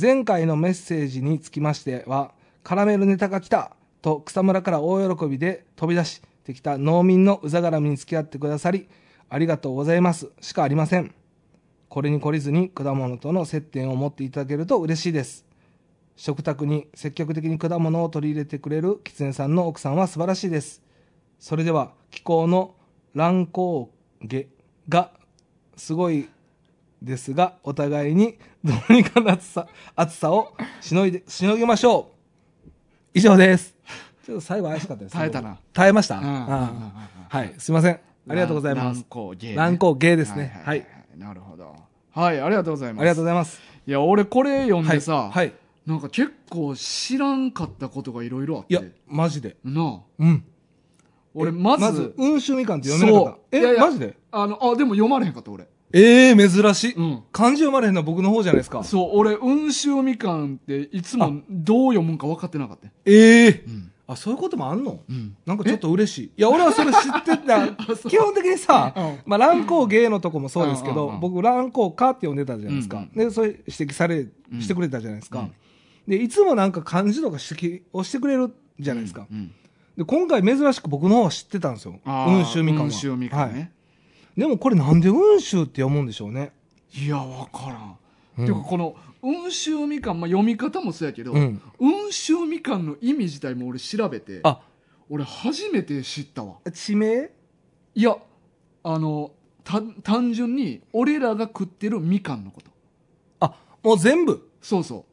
Speaker 2: 前回のメッセージにつきましては、カラメルネタが来たと草むらから大喜びで飛び出してきた農民のうざがらみに付き合ってくださり、ありがとうございますしかありません。これに懲りずに果物との接点を持っていただけると嬉しいです。食卓に積極的に果物を取り入れてくれる狐さんの奥さんは素晴らしいです。それでは気候の乱高下がすごいですが、お互いにどうにかな暑さ、暑さをしのいで、しのぎましょう。以上です。ちょっと最後怪しかったです。
Speaker 1: 耐えたな。
Speaker 2: 耐えました。
Speaker 1: うんうんうんうん
Speaker 2: はい。すいません。ありがとうございます。
Speaker 1: 高芸
Speaker 2: 乱高下ですねはい。
Speaker 1: なるほど。はい、ありがとうございます。
Speaker 2: ありがとうございます。
Speaker 1: いや、俺これ読ん
Speaker 2: は
Speaker 1: で
Speaker 2: い。
Speaker 1: さ、
Speaker 2: はい。
Speaker 1: なんか結構知らんかったことがいろいろあって。
Speaker 2: いや、マジで。
Speaker 1: なあ。
Speaker 2: うん。
Speaker 1: 俺
Speaker 2: え
Speaker 1: まず、
Speaker 2: 温州みかんって読めなかった。
Speaker 1: そういや
Speaker 2: え、
Speaker 1: いや
Speaker 2: マジで
Speaker 1: あの、あ、でも読まれへんかった俺。
Speaker 2: ええ珍しい。
Speaker 1: うん。
Speaker 2: 漢字読まれへんのは僕の方じゃないですか。
Speaker 1: そう、俺、温州みかんっていつもどう読むんか分かってなかった。
Speaker 2: ええ
Speaker 1: うん。
Speaker 2: あ、そういうこともあんの
Speaker 1: うん。
Speaker 2: なんかちょっと嬉しい。いや、俺はそれ知って た
Speaker 1: あそ。う
Speaker 2: 基本的にさ
Speaker 1: うん、
Speaker 2: まあ、乱高芸のとこもそうですけ
Speaker 1: うんうんう
Speaker 2: ど、
Speaker 1: ん
Speaker 2: 僕、乱高かって呼んでたじゃないです
Speaker 1: うん
Speaker 2: か
Speaker 1: う。ん
Speaker 2: で、それ指摘され、
Speaker 1: うん
Speaker 2: してくれたじゃないです
Speaker 1: う
Speaker 2: か
Speaker 1: ん。
Speaker 2: で、いつもなんか漢字とか指摘をしてくれるじゃないですか。
Speaker 1: うん。
Speaker 2: で、今回珍しく僕の方は知ってたんですよ。
Speaker 1: あー
Speaker 2: 温州みかんは。
Speaker 1: 温州みかん
Speaker 2: はい
Speaker 1: ね。
Speaker 2: でもこれなんで温州って読むんでしょうね。
Speaker 1: い、や、分からん。
Speaker 2: うん
Speaker 1: ていうか、この、温州みかん、まあ、読み方もそうやけど、
Speaker 2: うん。
Speaker 1: 温州みかんの意味自体も俺調べて、
Speaker 2: あ、
Speaker 1: 俺初めて知ったわ。
Speaker 2: 地名
Speaker 1: いや、あの、た単純に、俺らが食ってるみかんのこと。
Speaker 2: あ、もう全部。
Speaker 1: そうそう。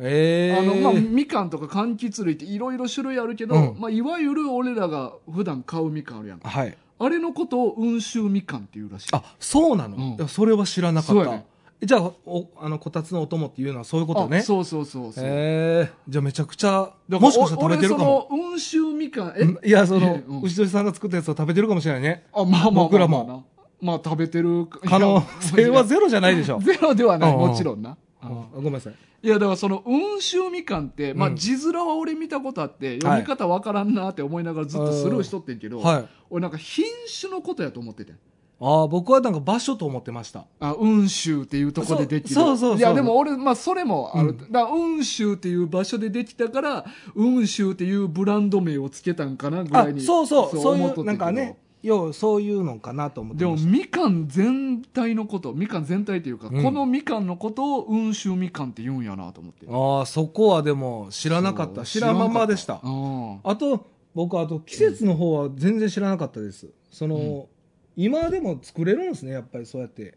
Speaker 2: ええ
Speaker 1: あのまあ、みかんとか柑橘類っていろいろ種類あるけど、
Speaker 2: うん
Speaker 1: まあ、いわゆる俺らが普段買うみかんあるやんか
Speaker 2: はい。
Speaker 1: あれのことを温州みかんっていうらしい
Speaker 2: あ、そうなの、
Speaker 1: うん
Speaker 2: いやそれは知らなか
Speaker 1: そ
Speaker 2: っ
Speaker 1: うや
Speaker 2: た。
Speaker 1: ね
Speaker 2: えじゃあ、おあの、こたつのお供っていうのはそういうことね。
Speaker 1: あそうそうそうそう、
Speaker 2: ええじゃあめちゃくちゃ、
Speaker 1: だから
Speaker 2: もしかしたら食べてるかも。
Speaker 1: お俺その温州みかんえ、
Speaker 2: うんいや、その、
Speaker 1: うん
Speaker 2: 牛年さんが作ったやつを食べてるかもしれないね。
Speaker 1: あまあまあまあまあ
Speaker 2: 僕らも
Speaker 1: まあ食べてるか
Speaker 2: 可能性はいゼロじゃないでしょ
Speaker 1: や。ゼロではない
Speaker 2: うんうん
Speaker 1: もちろんな
Speaker 2: あごめんなさい。
Speaker 1: いやだからその温州みかんって、ま
Speaker 2: う
Speaker 1: あ、
Speaker 2: ん
Speaker 1: 字面は俺見たことあって、読み方わからんなって思いながらずっとスルーしとってんけど、
Speaker 2: はい。
Speaker 1: 俺なんか品種のことやと思ってて
Speaker 2: ああ、僕はなんか場所と思ってました。
Speaker 1: あ雲州っていうとこでできる
Speaker 2: そうそうそうそう
Speaker 1: いやでも俺、まあ、それもある、
Speaker 2: うん
Speaker 1: だから雲州っていう場所でできたから雲州っていうブランド名をつけたんかなぐ
Speaker 2: あ
Speaker 1: らい、に
Speaker 2: そうそう、そうい
Speaker 1: 思っと
Speaker 2: う、
Speaker 1: っ
Speaker 2: な
Speaker 1: てんけ
Speaker 2: ん
Speaker 1: ど
Speaker 2: かね、要はそういうのかなと思って
Speaker 1: で
Speaker 2: ま
Speaker 1: も
Speaker 2: した。
Speaker 1: みかん全体のことみかん全体というか、
Speaker 2: うん
Speaker 1: このみかんのことを雲州みかんって言うんやなと思って
Speaker 2: ああ、そこはでも知らなかった。知らんまんまでした。
Speaker 1: うん
Speaker 2: あと、僕、あと季節の方は全然知らなかったです。その、
Speaker 1: うん
Speaker 2: 今でも作れるんですね、やっぱりそうやって。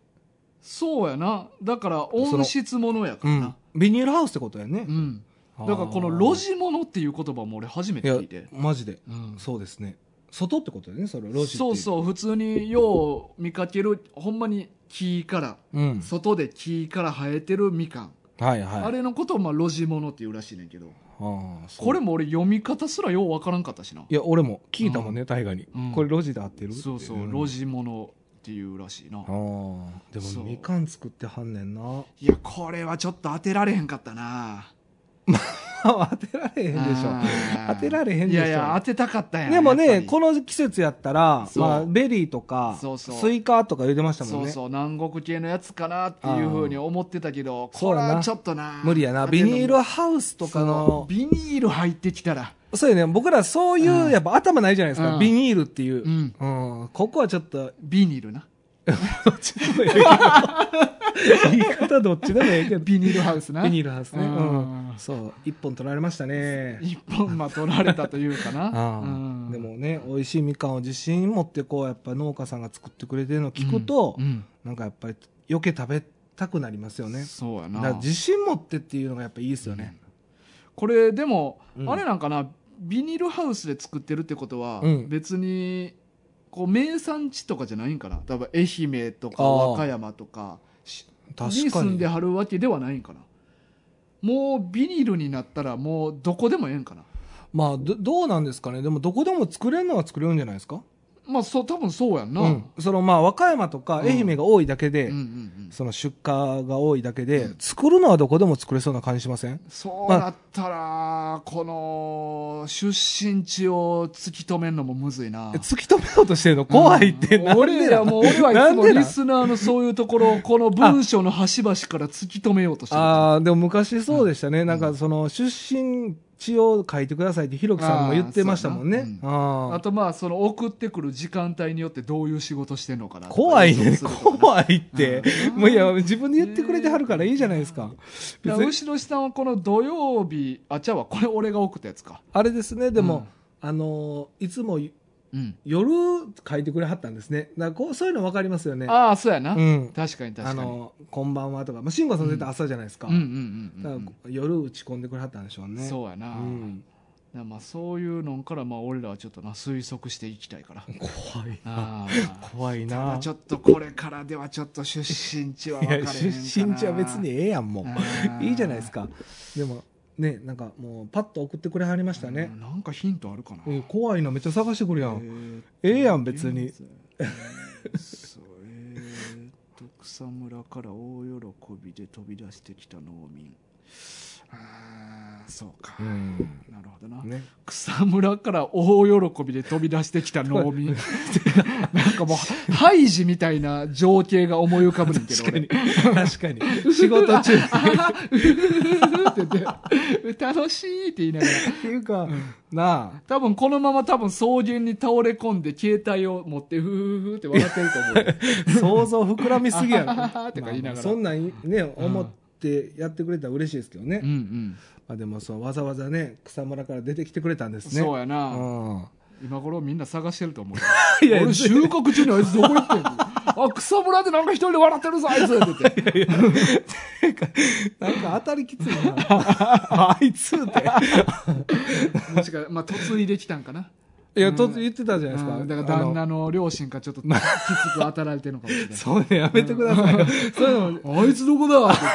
Speaker 1: そうやなだから温室ものやからな、
Speaker 2: ビニールハウスってことやね
Speaker 1: う。んだからこの路地物っていう言葉も俺初め
Speaker 2: い
Speaker 1: て
Speaker 2: や
Speaker 1: 聞いて、
Speaker 2: マジで。
Speaker 1: うん
Speaker 2: そうですね。外ってことだよね、それ、路地ってい
Speaker 1: そうそう普通によう見かけるほんまに木から
Speaker 2: う。うん。
Speaker 1: 外で木から生えてるみかん、
Speaker 2: はいはい。
Speaker 1: あれのことをまあ路地物っていうらしいねんけど
Speaker 2: ああそう
Speaker 1: これも俺読み方すらようわからんかったしない
Speaker 2: や、俺も聞いたもんね、大河に
Speaker 1: うん。
Speaker 2: これ路地で合ってる
Speaker 1: そうそう
Speaker 2: ってい
Speaker 1: 路地物っていうらしいな
Speaker 2: ああ。で
Speaker 1: そ
Speaker 2: も、
Speaker 1: う
Speaker 2: みかん作ってはんねんな。
Speaker 1: いやこれはちょっと当てられへんかったな
Speaker 2: 当てられへんでしょ。当てられへんでしょ
Speaker 1: いやいや当てたかったんやな
Speaker 2: でもね、
Speaker 1: や
Speaker 2: こ
Speaker 1: っ
Speaker 2: の季節やったら、
Speaker 1: そう
Speaker 2: まあ、ベリーとか
Speaker 1: そう、そう
Speaker 2: スイカとか言ってまし
Speaker 1: ぱ
Speaker 2: た
Speaker 1: り
Speaker 2: もん
Speaker 1: そう
Speaker 2: ね。
Speaker 1: そう南国系のやつかなっていうふうに思ってたけど
Speaker 2: そ
Speaker 1: こ
Speaker 2: う
Speaker 1: れ
Speaker 2: やな
Speaker 1: はちょっとな
Speaker 2: 無理やな。
Speaker 1: 当て
Speaker 2: ビ
Speaker 1: るの
Speaker 2: ニールハウスとかの
Speaker 1: そう、ビニール入ってきたら
Speaker 2: そうやね。僕らそういうう、
Speaker 1: ん
Speaker 2: やっぱ頭ないじゃないですか。
Speaker 1: うん
Speaker 2: ビニールっていうう。
Speaker 1: ん
Speaker 2: うん。ここはちょっと、
Speaker 1: ビニールな
Speaker 2: どっちでもいいけど。言い方どっちでもいいけど。ビ
Speaker 1: ビニールハウスな
Speaker 2: ニールハウスね。
Speaker 1: う
Speaker 2: うん
Speaker 1: ん。
Speaker 2: そう。一本取られましたね。
Speaker 1: 一本まあ取られたというかな
Speaker 2: あ
Speaker 1: う
Speaker 2: あ
Speaker 1: ん
Speaker 2: でもね、美味しいみかんを自信持って、こう、やっぱ農家さんが作ってくれてるのを聞くと
Speaker 1: う、ん
Speaker 2: なんかやっぱり、余計食べたくなりますよね。
Speaker 1: そうや
Speaker 2: だから
Speaker 1: な
Speaker 2: 自信持ってっていうのがやっぱいいですよね。
Speaker 1: これでも、
Speaker 2: うん
Speaker 1: あれなんかなビニールハウスで作ってるってことは、
Speaker 2: うん
Speaker 1: 別にこう名産地とかじゃないんかな多分愛媛とか
Speaker 2: あー
Speaker 1: 和歌山とかに
Speaker 2: 確か
Speaker 1: 住ん
Speaker 2: に
Speaker 1: で。はるわけではないんかなもうビニールになったらもうどこでもええんかな
Speaker 2: まあど、どうなんですかね。でも、どこでも作れるのは作れるんじゃないですか
Speaker 1: まあそう多分そうやんな、
Speaker 2: うんそのまあ和歌山とか愛媛が多いだけで、
Speaker 1: うんうんうん
Speaker 2: その出荷が多いだけで、
Speaker 1: うん
Speaker 2: 作るのはどこでも作れそうな感じしません
Speaker 1: そうなったらこの出身地を突き止めるのもむずいな
Speaker 2: え突き止めようとしてるの怖いって、
Speaker 1: うん
Speaker 2: なんで
Speaker 1: 俺ら
Speaker 2: なん
Speaker 1: もう俺はいつも
Speaker 2: なんでな
Speaker 1: リ
Speaker 2: ん
Speaker 1: スナーのそういうところをこの文章の端々から突き止めようとしてるから
Speaker 2: ああ、でも昔そうでしたね。なんかその出身地を書いてくださいってひろきさんも言ってましたもん
Speaker 1: あー
Speaker 2: ね。
Speaker 1: そう
Speaker 2: あ
Speaker 1: あ
Speaker 2: あ
Speaker 1: とまあその送ってくる時間帯によってどういう仕事してんのかなとか
Speaker 2: 怖いね。
Speaker 1: 想像するとか
Speaker 2: 怖いって。
Speaker 1: うん
Speaker 2: もういや、自分で言ってくれてはるからいいじゃないですか。
Speaker 1: だ
Speaker 2: 別
Speaker 1: から
Speaker 2: に、
Speaker 1: 牛の下はこの土曜日あちゃうわこれ俺が送ったやつか
Speaker 2: あれですね、でも、あのー、いつも
Speaker 1: うん
Speaker 2: 夜書いてくれはったんですね。だからこうそういうの分かりますよね。
Speaker 1: ああそうやな、
Speaker 2: うん。
Speaker 1: 確かに確か
Speaker 2: あ
Speaker 1: に、
Speaker 2: のー、こんばんはとか。まあ、慎吾さん絶対朝じゃないですか。
Speaker 1: うんうんうん
Speaker 2: だ
Speaker 1: う
Speaker 2: か
Speaker 1: ん
Speaker 2: ら夜打ち込んでくれはったんでしょうね。
Speaker 1: そうやな、
Speaker 2: うん。
Speaker 1: だからまあそういうのからまあ俺らはちょっとな推測していきたいから
Speaker 2: 怖いな。
Speaker 1: ああ
Speaker 2: 怖い
Speaker 1: ただ
Speaker 2: な。
Speaker 1: ちょっとこれからではちょっと出身地は分
Speaker 2: い
Speaker 1: かれへん
Speaker 2: や
Speaker 1: かな
Speaker 2: 出身地は別にええやんも
Speaker 1: あ
Speaker 2: う
Speaker 1: ー
Speaker 2: いいじゃないですかでもねなんかもうパッと送ってくれはりましたね
Speaker 1: う、んなんかヒントあるかな、
Speaker 2: うん怖いなめっちゃ探してくるやん、
Speaker 1: え
Speaker 2: ええやん別に
Speaker 1: 現在そうえーっと草むらから大喜びで飛び出してきた農民ああそうか、
Speaker 2: うん
Speaker 1: なるほどな、
Speaker 2: ね、
Speaker 1: 草むらから大喜びで飛び出してきた農 民なんかもうハイジみたいな情景が思い浮かぶねんけど
Speaker 2: 確か
Speaker 1: 俺
Speaker 2: に確かに仕事中っ
Speaker 1: あーうふふふって言って楽しいって言いながら
Speaker 2: ていうか、な
Speaker 1: 多分このまま多分草原に倒れ込んで携帯を持ってふふふって笑ってると思う
Speaker 2: あ想像膨らみすぎやろ
Speaker 1: あはは はとか言いながら
Speaker 2: まあそんなんね思ってやってくれたら嬉しいですけどね、
Speaker 1: うんうん
Speaker 2: まあ、でもそうわざわざね草むらから出てきてくれたんですね
Speaker 1: そうやな、
Speaker 2: うん
Speaker 1: 今頃みんな探してると思うよ
Speaker 2: いや
Speaker 1: 俺収穫中にあいつどこ行ってんのあ草むらでなんか一人で笑ってるぞあいつって言って
Speaker 2: なんか当たりきつい なあいつって
Speaker 1: もしかまあ嫁いできたんかない
Speaker 2: や、と言ってたじゃないですか。
Speaker 1: うんだから旦那
Speaker 2: あの。
Speaker 1: の両親がちょっときつく当たられてるのかもしれない
Speaker 2: そうね、やめてくださいよ。 そういうの、
Speaker 1: あいつどこだって言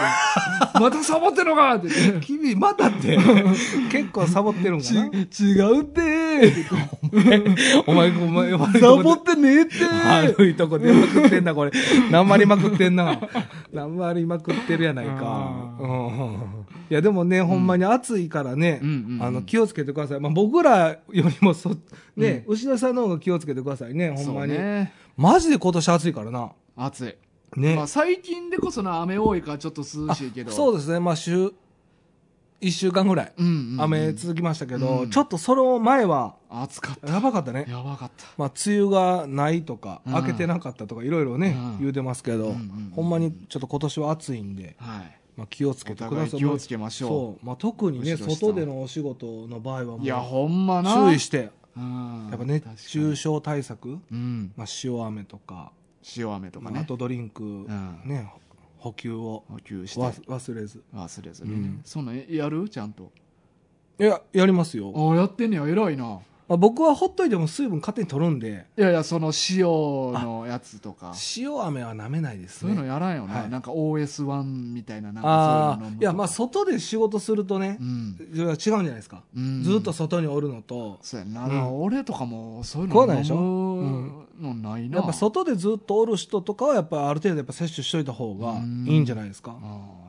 Speaker 1: ってまたサボってんのかって言って
Speaker 2: 君、また って、結構サボってるんかな。
Speaker 1: ち違うって ー
Speaker 2: お前、お前、悪
Speaker 1: サ
Speaker 2: いと
Speaker 1: ボ
Speaker 2: こ
Speaker 1: っ
Speaker 2: で。
Speaker 1: てねえってー
Speaker 2: 悪いとこ出まくってんな、これ。なりまくってんな。なりまくってるやないか
Speaker 1: あ。
Speaker 2: うんいや、でもね、ほんまに暑いからね
Speaker 1: うんうんう、ん
Speaker 2: あの、気をつけてください。まあ、僕らよりも、そ、ね、牛田さんの方が気をつけてくださいね、ほんまに
Speaker 1: そう。ね
Speaker 2: マジで今年暑いからな。
Speaker 1: 暑い
Speaker 2: ね
Speaker 1: まあ、。最近でこそな雨多いからちょっと涼しいけど
Speaker 2: あそう
Speaker 1: う、
Speaker 2: ですね、まあ、週、1週間ぐらい、
Speaker 1: うんうんうん
Speaker 2: 雨続きましたけど、
Speaker 1: うん
Speaker 2: ちょっとその前は、
Speaker 1: 暑かっ
Speaker 2: やばかったね
Speaker 1: た。やばかった
Speaker 2: まあ、梅雨がないとか、
Speaker 1: うん
Speaker 2: 明けてなかったとか、いろいろね、
Speaker 1: うん
Speaker 2: 言うてますけ
Speaker 1: うんうん
Speaker 2: ど、
Speaker 1: うん
Speaker 2: ほんまにちょっと今年は暑いんで、
Speaker 1: はい
Speaker 2: まあ、気をつけ
Speaker 1: お
Speaker 2: てくだ
Speaker 1: 互い
Speaker 2: さい。
Speaker 1: 気をつけましょ
Speaker 2: そう。まあ、特にね、
Speaker 1: 後ろ下
Speaker 2: 外でのお仕事の場合は
Speaker 1: ういや
Speaker 2: も
Speaker 1: ほんま
Speaker 2: う、
Speaker 1: な
Speaker 2: 注意して、
Speaker 1: うん
Speaker 2: やっぱ熱中症対策、
Speaker 1: 確かにうん
Speaker 2: まあ、塩飴とか、
Speaker 1: 塩飴とかね
Speaker 2: あとドリンク、
Speaker 1: ん
Speaker 2: ね、補給を
Speaker 1: 補給して
Speaker 2: わ忘れず。
Speaker 1: 忘れずにね、
Speaker 2: うん
Speaker 1: そんなんやるちゃんと
Speaker 2: いや、やりますよ。
Speaker 1: ああやってんねや偉いな
Speaker 2: まあ、僕はほっといても水分勝手に取るんで
Speaker 1: いやいやその塩のやつとか
Speaker 2: 塩飴は舐めないです
Speaker 1: そういうの
Speaker 2: ね
Speaker 1: やらんよな、
Speaker 2: はい
Speaker 1: なんか OS1 みたいななんか
Speaker 2: あ
Speaker 1: そういうの飲む
Speaker 2: あ
Speaker 1: と
Speaker 2: いやまあ外で仕事するとね
Speaker 1: う、ん、
Speaker 2: それは違うんじゃないですか、
Speaker 1: うん
Speaker 2: ずっと外におるのと
Speaker 1: そうやな、
Speaker 2: うん
Speaker 1: 俺とかもそういう
Speaker 2: 食わない
Speaker 1: の
Speaker 2: でしょ
Speaker 1: 飲むのないな、
Speaker 2: やっぱ外でずっとおる人とかはやっぱある程度やっぱ摂取しといた方がいいんじゃないですか、
Speaker 1: あ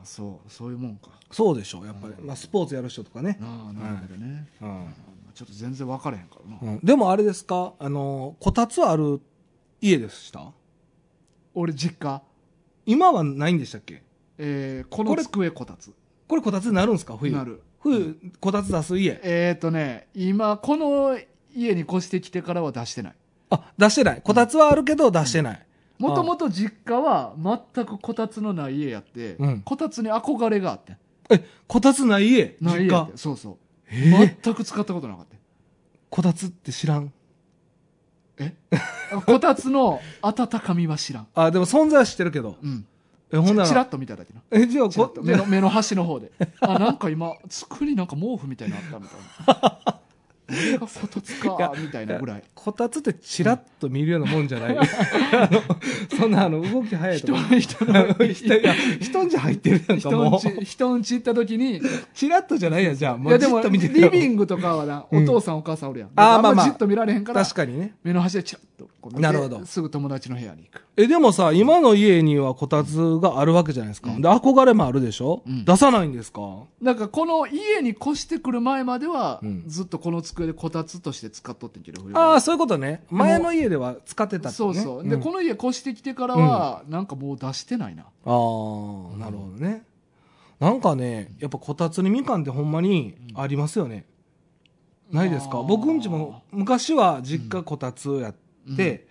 Speaker 1: あそうそういうもんか
Speaker 2: そうでしょうやっぱり、まあ、スポーツやる人とかね、
Speaker 1: ああなるほどね、
Speaker 2: うん
Speaker 1: ちょっと全然分かれへんからな、
Speaker 2: うんでもあれですかあのこたつある家でした
Speaker 1: 俺実家、
Speaker 2: 今はないんでしたっけ
Speaker 1: えー、こ
Speaker 2: こ
Speaker 1: の
Speaker 2: れ
Speaker 1: 机こたつ
Speaker 2: これこたつになるんですか冬
Speaker 1: なる
Speaker 2: 冬こたつ出す家
Speaker 1: えっ、ー、とね今この家に越してきてからは出してない
Speaker 2: あ出してないこたつはあるけど出してない、
Speaker 1: もともと実家は全くこたつのない家やって、
Speaker 2: うん
Speaker 1: こたつに憧れがあってん
Speaker 2: え、こたつない家
Speaker 1: ない
Speaker 2: 実
Speaker 1: 家やっ
Speaker 2: 家
Speaker 1: て。そうそう
Speaker 2: えー
Speaker 1: 全く使ったことなかった
Speaker 2: こたつって知らん。
Speaker 1: えこたつの温かみは知らん
Speaker 2: あ、でも存在は知ってるけど。
Speaker 1: うん
Speaker 2: え、ほんな
Speaker 1: ちら
Speaker 2: ら。
Speaker 1: っと見ただけな
Speaker 2: え、じゃあ
Speaker 1: ちらっ、
Speaker 2: こと
Speaker 1: 目の目の端の方であなんか今机になんか毛布みたいなのあったみたいな俺がこたつかみたいなぐらい
Speaker 2: こたつってチラッと見るようなもんじゃない。あの、そんなあの、動き早いと
Speaker 1: 人
Speaker 2: か。
Speaker 1: 人の
Speaker 2: 人いや人んじ入ってるやんか、
Speaker 1: 人ん
Speaker 2: も
Speaker 1: ち
Speaker 2: う。
Speaker 1: 人んち行った時に
Speaker 2: チラッとじゃないやん、じゃあ。
Speaker 1: い
Speaker 2: も
Speaker 1: や
Speaker 2: う
Speaker 1: で
Speaker 2: じっ
Speaker 1: も
Speaker 2: と
Speaker 1: リ
Speaker 2: 見てるやろ
Speaker 1: ビングとかはな
Speaker 2: う
Speaker 1: お
Speaker 2: ん
Speaker 1: 父さんお母さんおるやん
Speaker 2: あ
Speaker 1: だから
Speaker 2: ーまあまあ
Speaker 1: んじっと見られへんから
Speaker 2: 確かにね。
Speaker 1: 目の端でチラッとこの
Speaker 2: なるほど
Speaker 1: ですぐ友達の部屋に行く。
Speaker 2: え、でもさ、今の家にはこたつがあるわけじゃないですか。
Speaker 1: うん
Speaker 2: で、憧れもあるでしょ、
Speaker 1: うん
Speaker 2: 出さないんですか
Speaker 1: なんかこの家に越してくる前までは、
Speaker 2: うん
Speaker 1: ずっとこの机でこたつとして使っとってんけど、冬場は
Speaker 2: ああ、そういうことね。前の家では使ってたって、ね。
Speaker 1: そうそう。で、
Speaker 2: ん
Speaker 1: この家越してきてからは、なんかもう出してないな。
Speaker 2: ああ、なるほどね。なんかね、やっぱこたつにみかんってほんまにありますよね。ないです
Speaker 1: あ
Speaker 2: か
Speaker 1: ー
Speaker 2: 僕んちも昔は実家こたつやって、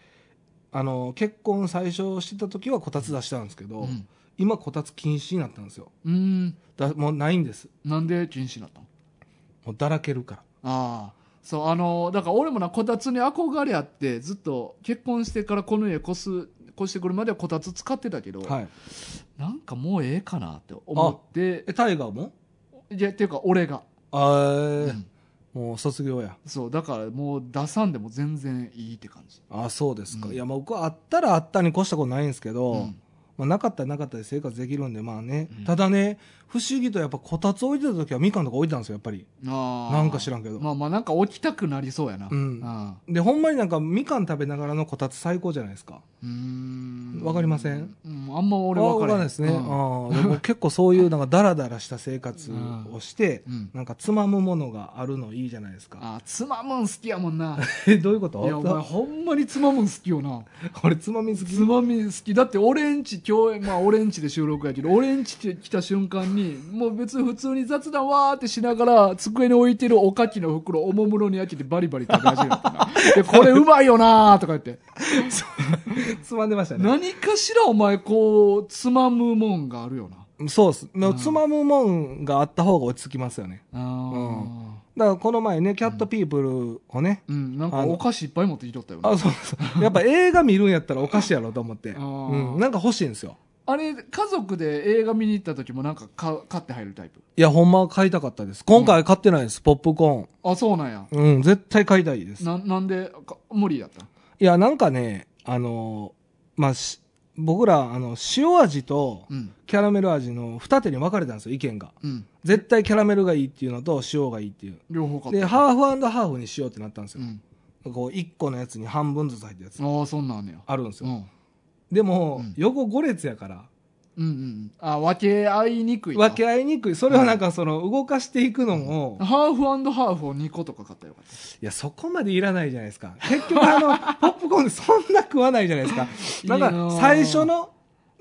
Speaker 2: あの、結婚最初してた時はこたつ出したんですけど、
Speaker 1: うん。
Speaker 2: 今こたつ禁止になったんですよ。
Speaker 1: うん。
Speaker 2: だもうないんです。
Speaker 1: なんで禁止になったの
Speaker 2: もうだらけるから。
Speaker 1: ああ。そう、あの、だから俺もな、こたつに憧れあって、ずっと結婚してからこの家越す、越してくるまではこたつ使ってたけど、
Speaker 2: はい。
Speaker 1: なんかもうええかなって思って、
Speaker 2: え、タイガーも
Speaker 1: いや、っていうか俺が。
Speaker 2: あー、
Speaker 1: うん
Speaker 2: もう卒業や。
Speaker 1: そう、だからもう出さんでも全然いいって感じ。
Speaker 2: あそうですか。
Speaker 1: うん
Speaker 2: いや、まあ僕はあったらあったに越したことないんですけど、
Speaker 1: うん
Speaker 2: まあ、なかったらなかったで生活できるんで、まあね、
Speaker 1: うん
Speaker 2: ただね、不思議とやっぱこたつ置いてた時はみかんとか置いてたんですよ、やっぱり。
Speaker 1: ああ
Speaker 2: なんか知らんけど
Speaker 1: まあまあなんか置きたくなりそうやな。
Speaker 2: うん
Speaker 1: ああ
Speaker 2: で、ほんまになんかみかん食べながらのこたつ最高じゃないですか。
Speaker 1: うーん。
Speaker 2: わかりません
Speaker 1: うん、あんま俺わ
Speaker 2: あ
Speaker 1: か
Speaker 2: わ
Speaker 1: らへん
Speaker 2: ないですね。
Speaker 1: うん
Speaker 2: ああでも結構そういうなんかダラダラした生活をして、
Speaker 1: うん
Speaker 2: なんかつまむものがあるのいいじゃないですか。
Speaker 1: あつまむん好きやもんな
Speaker 2: え、どういうこ
Speaker 1: いやお前
Speaker 2: と
Speaker 1: ほんまにつまむん好きよな
Speaker 2: 俺つまみ好き。
Speaker 1: つまみ好きだって俺んち今日まあ俺んちで収録やけど俺んち来た瞬間にもう別に普通に雑談わーってしながら机に置いてるおかきの袋おもむろに開けてバリバリ食べ始めた なでこれうまいよなーとか言って
Speaker 2: つまんでましたね。
Speaker 1: 何かしらお前こうつまむもんがあるよな
Speaker 2: そうっす。まあ
Speaker 1: うん
Speaker 2: つまむもんがあった方が落ち着きますよね。
Speaker 1: あー
Speaker 2: だからこの前ね、キャットピープルをね、
Speaker 1: うんなんか
Speaker 2: あの
Speaker 1: お菓子いっぱい持ってきとったよな
Speaker 2: あ、そうそう。やっぱ映画見るんやったらおかしいやろと思って。
Speaker 1: あー
Speaker 2: うん。なんか欲しいんですよ。
Speaker 1: あれ家族で映画見に行った時もなんかか買って入るタイプ
Speaker 2: いや、ほんまは買いたかったです。今回買ってないです。ポップコ
Speaker 1: あそうなんや
Speaker 2: ーン。うん、絶対買いたいです。
Speaker 1: ななんでか無理だった
Speaker 2: いや、なんかね、あのーまあ、し僕ら、あの、塩味と
Speaker 1: うん
Speaker 2: キャラメル味の二手に分かれたんですよ、意見が。
Speaker 1: うん
Speaker 2: 絶対キャラメルがいいっていうのと塩がいいっていう。
Speaker 1: 両方買った
Speaker 2: で、ハーフハーフにしようってなったんです
Speaker 1: う
Speaker 2: よ。
Speaker 1: ん、
Speaker 2: こう、一個のやつに半分ずつ入ったやつ。
Speaker 1: ああそんなんあんねや
Speaker 2: あるんです
Speaker 1: うん
Speaker 2: よ。
Speaker 1: うん
Speaker 2: でも、
Speaker 1: うん
Speaker 2: 横5列やから、
Speaker 1: うんうんあ分け合いにくいか
Speaker 2: 分け合いにくい。それはなんかその、動かしていくのも、い
Speaker 1: ハーフハーフを2個とか買ったらよかった
Speaker 2: や、そこまでいらないじゃないですか。結 局あの、ポップコーンでそんな食わないじゃないですか。だか
Speaker 1: いいな
Speaker 2: ら、
Speaker 1: ぁ
Speaker 2: 最初の、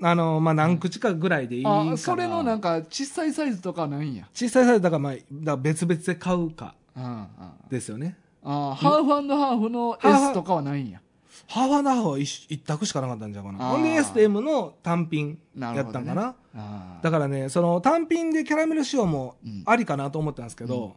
Speaker 2: あの、まあ、何口かぐらいでいいから。
Speaker 1: あそれのなんか小さいサイズとかはないんや
Speaker 2: 小さいサイズだから、まあ、だから別々で買うか、
Speaker 1: うんうん
Speaker 2: ですよね。
Speaker 1: あーハーフハーフの
Speaker 2: ハーフ
Speaker 1: S とかはないんや
Speaker 2: ハーフナーフは一一択しかなかったんじゃないかな。
Speaker 1: あー
Speaker 2: ほんで S と M の単品
Speaker 1: な
Speaker 2: や
Speaker 1: る
Speaker 2: っ
Speaker 1: ほ
Speaker 2: た
Speaker 1: ど、
Speaker 2: ん
Speaker 1: ね、
Speaker 2: かな。
Speaker 1: あー
Speaker 2: だからね、その単品でキャラメル塩も
Speaker 1: うん
Speaker 2: ありかなと思ったんですけど、
Speaker 1: うん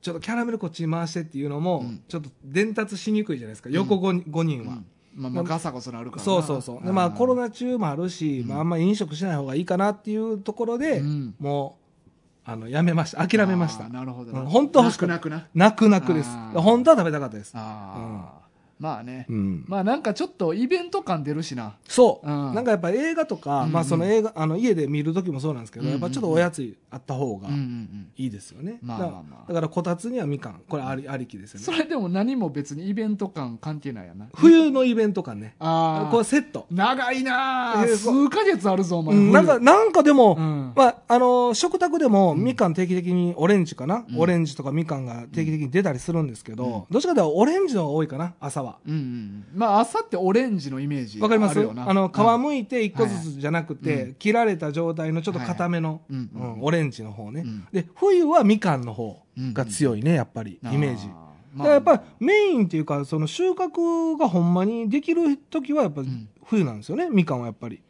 Speaker 2: ちょっとキャラメルこっちに回してっていうのも、
Speaker 1: うん
Speaker 2: ちょっと伝達しにくいじゃないですか、横 5, 五人は。
Speaker 1: うんまあまあガサゴソなるからな
Speaker 2: そうそうそう。で、まあコロ
Speaker 1: ナ
Speaker 2: ナ中もあるし、
Speaker 1: うん
Speaker 2: まああんま飲食しない方がいいかなっていうところで、
Speaker 1: うん
Speaker 2: もう、あの、やめました。諦めました。
Speaker 1: なるほど
Speaker 2: う
Speaker 1: なん
Speaker 2: 本当は欲
Speaker 1: な
Speaker 2: しか
Speaker 1: く
Speaker 2: った
Speaker 1: なくな
Speaker 2: 泣く泣くです。
Speaker 1: あー
Speaker 2: 本当は食べたかったです。
Speaker 1: ああ、まあね、
Speaker 2: うん。
Speaker 1: まあなんかちょっとイベント感出るしな
Speaker 2: そう、
Speaker 1: うん
Speaker 2: なんかやっぱ映画とか、
Speaker 1: うんうん
Speaker 2: まあその映画、あの家で見るときもそうなんですけど、
Speaker 1: うんうん
Speaker 2: やっぱちょっとおやつあった方が
Speaker 1: うんうんうん
Speaker 2: いいですよね。
Speaker 1: まあ
Speaker 2: だ
Speaker 1: ま
Speaker 2: か
Speaker 1: あ
Speaker 2: ら
Speaker 1: まあ
Speaker 2: だからこたつにはみかん。これあり,、ありきです
Speaker 1: そ
Speaker 2: よね。
Speaker 1: れでも何も別にイベント感関係ないやな
Speaker 2: 冬のイベント感ね。
Speaker 1: ああ
Speaker 2: これセット。
Speaker 1: 長いなあ
Speaker 2: えーこ
Speaker 1: 数ヶ月あるぞお
Speaker 2: う
Speaker 1: 前、
Speaker 2: ん、なんか、なんかでも、
Speaker 1: うん
Speaker 2: まあ、あのー食卓でもみかん定期的にオレンジかな、
Speaker 1: うん
Speaker 2: オレンジとかみかんが定期的に出たりするんですけど、
Speaker 1: うん
Speaker 2: どっちかというとオレンジの方が多いかな、朝は。
Speaker 1: うんうんうんまあ朝ってオレンジのイメージ
Speaker 2: わかりま
Speaker 1: あ
Speaker 2: す
Speaker 1: る
Speaker 2: あ
Speaker 1: よな
Speaker 2: の、皮
Speaker 1: も
Speaker 2: むいて一個ずつじゃなくて、
Speaker 1: はいはいうん
Speaker 2: 切られた状態のちょっと固めの、
Speaker 1: はいはいうんうん
Speaker 2: うんオレンジの方ね、
Speaker 1: うん
Speaker 2: で、冬はみかんの方が強いね、やっぱり、イメージ。だからやっぱりメインっていうか、その収穫がほんまにできる時はやっぱ
Speaker 1: ん
Speaker 2: 冬なんですよね、みかんはやっぱり。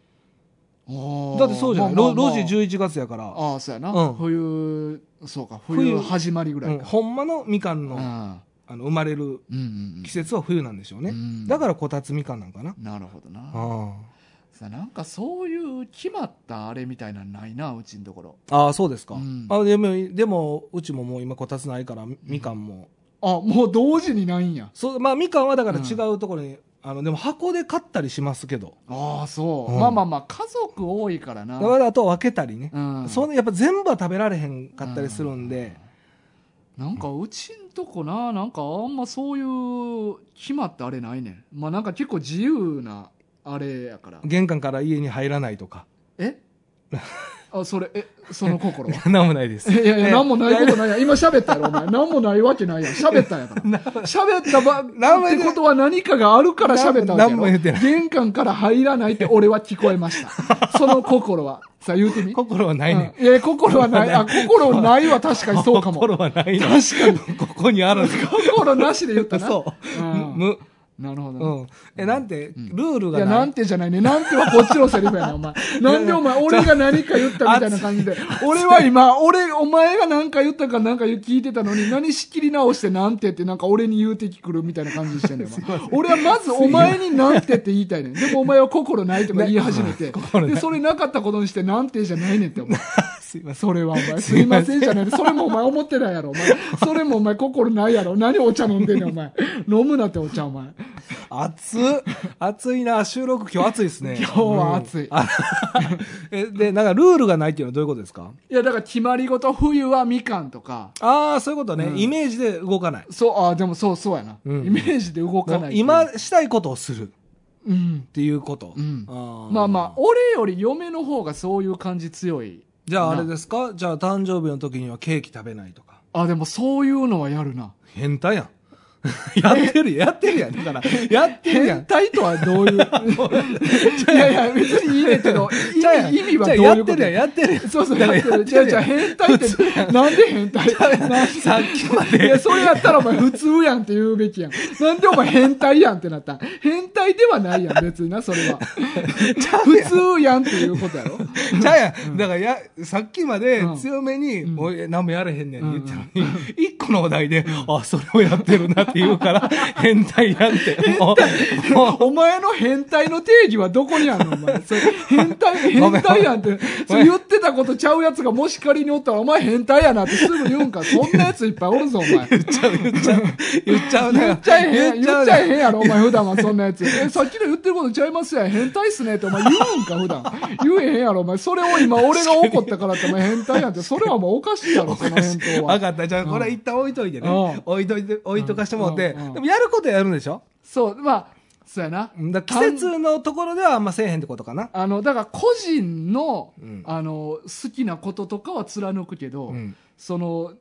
Speaker 1: だ
Speaker 2: だってそうじゃない、ロロジ11月やから、
Speaker 1: ああそうやな、
Speaker 2: うん
Speaker 1: 冬そうか
Speaker 2: 冬
Speaker 1: 冬始まりぐらい
Speaker 2: うん
Speaker 1: か、
Speaker 2: ほんまのみかん
Speaker 1: う
Speaker 2: の,、
Speaker 1: ん
Speaker 2: あの生まれる
Speaker 1: うんうん
Speaker 2: 季節は冬なんでしょうね、
Speaker 1: うん
Speaker 2: だからこたつみかんなんかな、
Speaker 1: なるほどな
Speaker 2: あ
Speaker 1: さあなんかそういう決まったあれみたいなのないなうちのところ
Speaker 2: あああそうですか、
Speaker 1: うん
Speaker 2: あでもでもうちももう今こたつないからみみかんも、
Speaker 1: あもう同時にないんや
Speaker 2: そうまあみかんはだから違うところに、あのでも箱で買ったりしますけど
Speaker 1: ああそう、
Speaker 2: うん
Speaker 1: まあまあまあ家族多いからな
Speaker 2: だからあとは分けたりね、
Speaker 1: うん
Speaker 2: そんなやっぱ全部は食べられへんかったりするんで、
Speaker 1: なんかうちんとこななんかあんまそういう決まったあれないねんまあなんか結構自由なあれやから
Speaker 2: 玄関から家に入らないとか。
Speaker 1: えあそれえその心は
Speaker 2: なんもないです。
Speaker 1: いやいや、
Speaker 2: ね
Speaker 1: なんもないことないやん。今喋ったやろ、 お前。なんもないわけないやん。喋ったんやから。喋ったば、
Speaker 2: なんも
Speaker 1: ってことは何かがあるから喋ったわけやろ。
Speaker 2: なんも言ってない
Speaker 1: 玄関から入らないって俺は聞こえました。 その心は。さあ言うてみ。
Speaker 2: 心はないねん。
Speaker 1: うんいや、心はない。あ、心ないは確かにそうかも。
Speaker 2: 心はないの。
Speaker 1: 確
Speaker 2: ここにあるんですか
Speaker 1: 心なしで言ったな。
Speaker 2: そう。
Speaker 1: うん
Speaker 2: む、
Speaker 1: なるほど
Speaker 2: う
Speaker 1: な。
Speaker 2: ん。え、なんて、ルール
Speaker 1: い
Speaker 2: が
Speaker 1: や、
Speaker 2: な
Speaker 1: ないん。てじゃないね。なんてはこっちのセリフや ねん、お前。なんでお前、俺が何か言ったみたいな感じで。俺は今、俺、お前が何か言ったか何か言う聞いてたのに、何仕切り直してなんてって、なんか俺に言うてきくるみたいな感じしてんねん、お前。俺はまずお前になんてって言いたいねん。でもお前は心ないとか言い始めて。
Speaker 2: 心ない
Speaker 1: で、それ なかったことにしてなんてじゃないねんって、お 前。
Speaker 2: すいません。
Speaker 1: それはお前、すいませんじゃない。それもお前思ってないやろ、お前。それもお前心ないやろ。何お茶飲んでんねん、お前。飲むなってお茶、お前。
Speaker 2: 暑っ暑いな。収録今日暑いですね。
Speaker 1: 今日は暑い
Speaker 2: うんあ え、で、なんかルールがないっていうのはどういうことですか
Speaker 1: いや、だから決まり事、冬はみかんとか。
Speaker 2: ああ、そういうことね。
Speaker 1: うん
Speaker 2: イメージで動かない。
Speaker 1: そう、あーでもそうそうやな。
Speaker 2: うん
Speaker 1: イメージで動かないっていう。
Speaker 2: 今したいことをするっ
Speaker 1: うん。
Speaker 2: ていうこと。
Speaker 1: うん
Speaker 2: あー
Speaker 1: まあまあ、俺より嫁の方がそういう感じ強い。
Speaker 2: じゃああれですかじゃあ誕生日の時にはケーキ食べないとか。
Speaker 1: あ、でもそういうのはやるな。
Speaker 2: 変態やん。 やってるやん、やってるやん。だから、やってるや
Speaker 1: 変
Speaker 2: ん。
Speaker 1: 態とはどう いう。いやいや、別にいいねんけど、意
Speaker 2: じゃあや
Speaker 1: 味意味は
Speaker 2: じ
Speaker 1: ど
Speaker 2: ゃ
Speaker 1: う
Speaker 2: あ
Speaker 1: いう
Speaker 2: やっ
Speaker 1: こ
Speaker 2: て
Speaker 1: と
Speaker 2: るやん、やってるやん。
Speaker 1: そうそう、
Speaker 2: だ
Speaker 1: や
Speaker 2: から
Speaker 1: ってる。じゃあ、じゃあ変態って、なんで変態なん
Speaker 2: さっきま
Speaker 1: い
Speaker 2: で。
Speaker 1: や、それやったらお前普通やんって言うべきやん。なんでお前変態やんってなったん変態ではないやん、別にな、それは。普通やんっていうことやろ。
Speaker 2: じゃあや、だからや、さっきまで
Speaker 1: うん
Speaker 2: 強めに、
Speaker 1: ん
Speaker 2: もうえ何もやれへんねんって言ったのに、一個のお題で、あ、それをやってるなって言 うから、変態やんって。もう、もう
Speaker 1: お前の変態の定義はどこにあるのお前。それ変態、変
Speaker 2: ごめんごめ
Speaker 1: 態
Speaker 2: ん
Speaker 1: やんって。それ言ってたことちゃうやつがもし仮におったら、お前変態やなってすぐ言うんか。そんなやついっぱいおるぞ、お前。
Speaker 2: 言っちゃう、言っちゃう。言っちゃうな。
Speaker 1: 言っちゃえへん、言っちゃえ
Speaker 2: ん。
Speaker 1: へんやろ、お前普段はそんなやつ。え、さっきの言ってることちゃいますやん、変態っすねってお前言うんか、普段。言えへんやろ、お前。それを今俺が怒ったからってお前変態やんって、それはもうおかしいやろ、その返答
Speaker 2: わ
Speaker 1: は。
Speaker 2: かった。じゃあ、これは一旦置いといてね
Speaker 1: うん。
Speaker 2: 置いといて、置いとかしてもらって。
Speaker 1: うんうん
Speaker 2: でも、やることはやるんでしょ
Speaker 1: そう、まあ、そうやな。
Speaker 2: だから季節のところではあんませえへんってことかな。
Speaker 1: あの、だから個人の、
Speaker 2: うん
Speaker 1: あの、好きなこととかは貫くけど、
Speaker 2: うん
Speaker 1: その、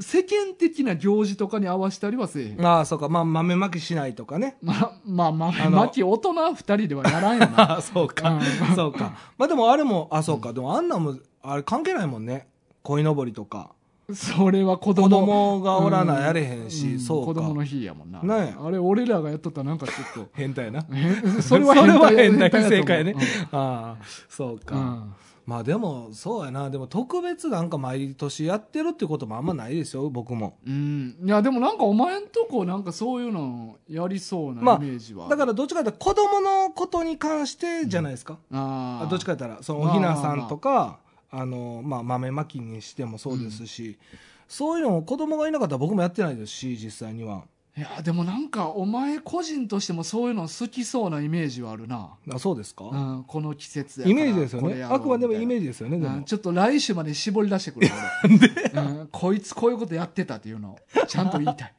Speaker 1: 世間的な行事とかに合わせたりはせえへん。
Speaker 2: ああ、そうか。まあ、豆まきしないとかね。
Speaker 1: ま、まあ、まあ、
Speaker 2: あの
Speaker 1: まき大人二人ではやらんよ な。
Speaker 2: ああ、 そうか。そうか。まあ、でもあれも、あ、そうか。でもあんなんも、あれ関係ないもんね。鯉のぼりとか。
Speaker 1: それは子供。
Speaker 2: 子供がおら
Speaker 1: う
Speaker 2: なんやれへんし、そうか。
Speaker 1: 子供の日やもんな。
Speaker 2: ねえ
Speaker 1: あれ、俺らがやっとったらなんかち ょっ
Speaker 2: 変態な。
Speaker 1: と。
Speaker 2: そ
Speaker 1: そ
Speaker 2: れ
Speaker 1: れ
Speaker 2: は
Speaker 1: は
Speaker 2: 変
Speaker 1: 変態や
Speaker 2: 態変態
Speaker 1: と思
Speaker 2: 正
Speaker 1: う
Speaker 2: 解ね。ああ、そう
Speaker 1: うんう
Speaker 2: か。
Speaker 1: ん
Speaker 2: まあでも、そうやな。でも特別なんか毎年やってるってこともあんまないですよ、僕も。
Speaker 1: うん。いや、でもなんかお前んとこなんかそういうのやりそうなイ
Speaker 2: まあ
Speaker 1: メージは。
Speaker 2: だからどっちかというと子供のことに関してじゃないですか。
Speaker 1: あ
Speaker 2: あ
Speaker 1: ー
Speaker 2: どっちかといったらそのおひなさんとかあの、まあ、豆まきにしてもそうですし、そういうのを子供がいなかったら僕もやってないですし実際にはい
Speaker 1: や、でもなんかお前個人としてもそういうの好きそうなイメージはあるな。
Speaker 2: あそうですか、
Speaker 1: うん、この季節やから
Speaker 2: イメージですよ
Speaker 1: これ
Speaker 2: ね
Speaker 1: やろう
Speaker 2: あくまでも
Speaker 1: みた
Speaker 2: イ
Speaker 1: いな
Speaker 2: メージですよねで
Speaker 1: う
Speaker 2: も
Speaker 1: んちょっと来週まで絞り出してくる 俺うん、こいつこういうことやってたっていうのをちゃんと言いたい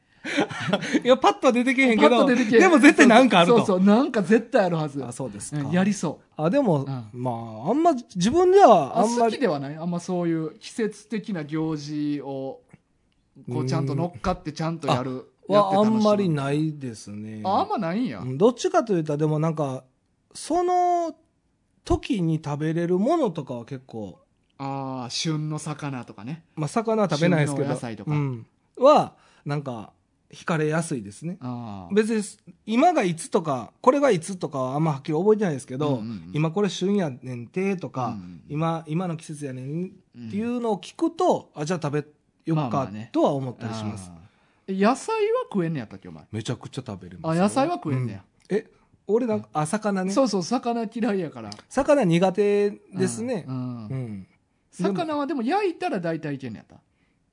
Speaker 2: いやパッとは出てけへんけ
Speaker 1: パッ
Speaker 2: ど
Speaker 1: と出てけえ
Speaker 2: でも絶対なんかあると
Speaker 1: そうそうそうなんか絶対あるはず
Speaker 2: あそうです
Speaker 1: う
Speaker 2: か、
Speaker 1: んやりそ
Speaker 2: あでも、
Speaker 1: うん
Speaker 2: まああんま自分で
Speaker 1: う
Speaker 2: は
Speaker 1: あ
Speaker 2: あんま
Speaker 1: 好き
Speaker 2: り
Speaker 1: ではないあんまそういう季節的な行事をこうちゃんと乗っかってちゃんとやるやって
Speaker 2: はあ
Speaker 1: 楽しむ
Speaker 2: んまりないですね
Speaker 1: ああんまないんや、
Speaker 2: うんどっちかというとでもなんかその時に食べれるものとかは結構
Speaker 1: ああ旬の魚とかね
Speaker 2: まあ、魚は食べないですけど
Speaker 1: 旬の野菜とか
Speaker 2: うん、はなんか惹かれやすいですね
Speaker 1: ああ
Speaker 2: 別に今がいつとかこれがいつとかはあんまはっきり覚えてないですけど、
Speaker 1: うんうんうん
Speaker 2: 今これ旬やねんてとか、
Speaker 1: うんうん
Speaker 2: 今今の季節やねんってい
Speaker 1: うん
Speaker 2: うのを聞くと、あじゃあ食べよっ
Speaker 1: まあま
Speaker 2: か
Speaker 1: あね
Speaker 2: とは思ったりします、
Speaker 1: あーえ野菜は食えんねやったっけお前
Speaker 2: めちゃくちゃ食べれま
Speaker 1: あ
Speaker 2: す
Speaker 1: 野菜は食えんねや、
Speaker 2: うんえ俺なんかあ魚ね
Speaker 1: そうそう魚嫌いやから
Speaker 2: 魚苦手ですね
Speaker 1: う、んうん
Speaker 2: うん
Speaker 1: 魚はでも焼いたら大体いけんねやった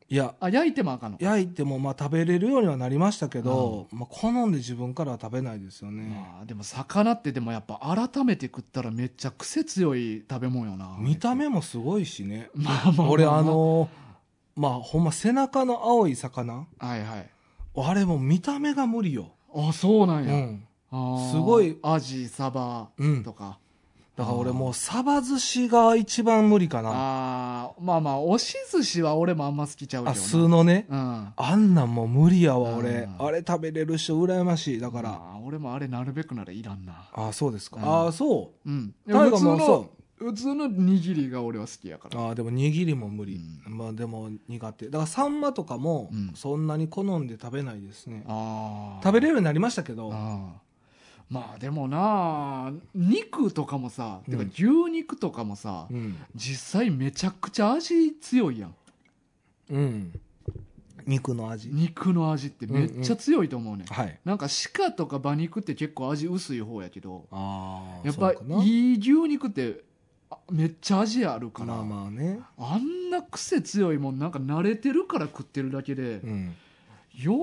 Speaker 2: いや
Speaker 1: あ焼いてもあかんのか
Speaker 2: 焼いてもまあ食べれるようにはなりましたけど、まあ、好んで自分からは食べないですよね、
Speaker 1: まあでも魚ってでもやっぱ改めて食ったらめっちゃ癖強い食べ物よな
Speaker 2: 見た目もすごいしね
Speaker 1: まあまあまあまあ
Speaker 2: 俺あのまあほんま背中の青い魚
Speaker 1: はいはい。
Speaker 2: あれもう見た目が無理よ、
Speaker 1: あ、そうなん
Speaker 2: う
Speaker 1: や。
Speaker 2: ん、
Speaker 1: あー
Speaker 2: すごい
Speaker 1: アジ、サバ
Speaker 2: うん
Speaker 1: とか。
Speaker 2: だから俺もうサバ寿司が一番無理かなあ
Speaker 1: ああ、まあまあ、押し寿司は俺もあんま好きちゃうけどな。
Speaker 2: 素のね
Speaker 1: うん。
Speaker 2: あんなんもう無理やわ俺
Speaker 1: うん
Speaker 2: あれ食べれる人羨ましいだ
Speaker 1: だ
Speaker 2: から、
Speaker 1: 俺もあれなるべくならいらんな。
Speaker 2: ああそうですか、
Speaker 1: うん
Speaker 2: ああそ
Speaker 1: うん。
Speaker 2: タイガーも
Speaker 1: 普通の
Speaker 2: そ、
Speaker 1: 普通の握りが俺は好きやか
Speaker 2: う
Speaker 1: ら。
Speaker 2: ああでも握りも無理、
Speaker 1: う
Speaker 2: まあでも苦手だからサンマとかも
Speaker 1: うん
Speaker 2: そんなに好んで食べないですね、
Speaker 1: ああ。
Speaker 2: 食べれるようになりましたけど
Speaker 1: ああまあでもな肉とかもさ、
Speaker 2: うん
Speaker 1: てか牛肉とかもさ、
Speaker 2: うん、
Speaker 1: 実際めちゃくちゃ味強いやん
Speaker 2: うん、肉の味
Speaker 1: 肉の味ってめっちゃ強いと思うね、ん
Speaker 2: はい
Speaker 1: なんか鹿とか馬肉って結構味薄い方やけど
Speaker 2: ああ
Speaker 1: やっぱ
Speaker 2: そうかない
Speaker 1: い牛肉ってあめっちゃ味あるから、
Speaker 2: まあまあね、
Speaker 1: あんな癖強いもんなんか慣れてるから食ってるだけで
Speaker 2: う、ん、
Speaker 1: よ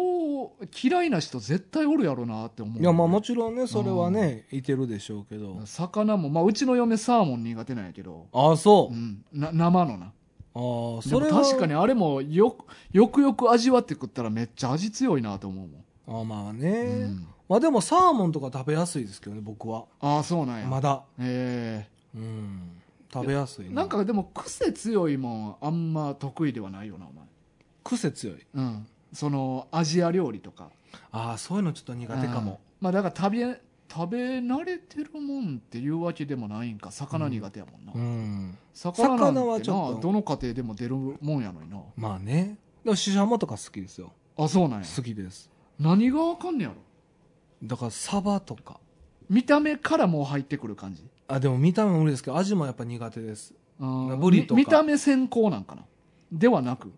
Speaker 1: う嫌いな人絶対おるやろなって思う
Speaker 2: いやまあもちろんねそれはねいてるでしょうけど
Speaker 1: 魚も、まあ、うちの嫁サーモン苦手なんやけど、
Speaker 2: ああそうう、
Speaker 1: ん、な生のな
Speaker 2: ああ
Speaker 1: でも
Speaker 2: それは
Speaker 1: 確かにあれもよくよくよく味わって食ったらめっちゃ味強いなと思うもん、
Speaker 2: ああまあね、
Speaker 1: うん
Speaker 2: まあでもサーモンとか食べやすいですけどね僕は
Speaker 1: ああそうなんや、
Speaker 2: まだ
Speaker 1: え
Speaker 2: うん食べやすい
Speaker 1: えなんかでも癖強いもんあんま得意ではないよなお前
Speaker 2: 癖強い
Speaker 1: うんそのアジア料理とか
Speaker 2: ああそういうのちょっと苦手かも、
Speaker 1: うんまあだから食べ食べ慣れてるもんっていうわけでもないんか魚苦手やもんな、
Speaker 2: うん、
Speaker 1: 魚なんて
Speaker 2: 魚は
Speaker 1: な
Speaker 2: ちょっと
Speaker 1: どの家庭でも出るもんやのにな
Speaker 2: まあねでもシシャモとか好きですよ
Speaker 1: あそうなんや
Speaker 2: 好きです
Speaker 1: 何がわかんねやろ
Speaker 2: だからサバとか
Speaker 1: 見た目からもう入ってくる感じ
Speaker 2: あでも見た目も無理ですけど味もやっぱ苦手です
Speaker 1: うん
Speaker 2: ブリとか
Speaker 1: み見た目先行なんかなではなく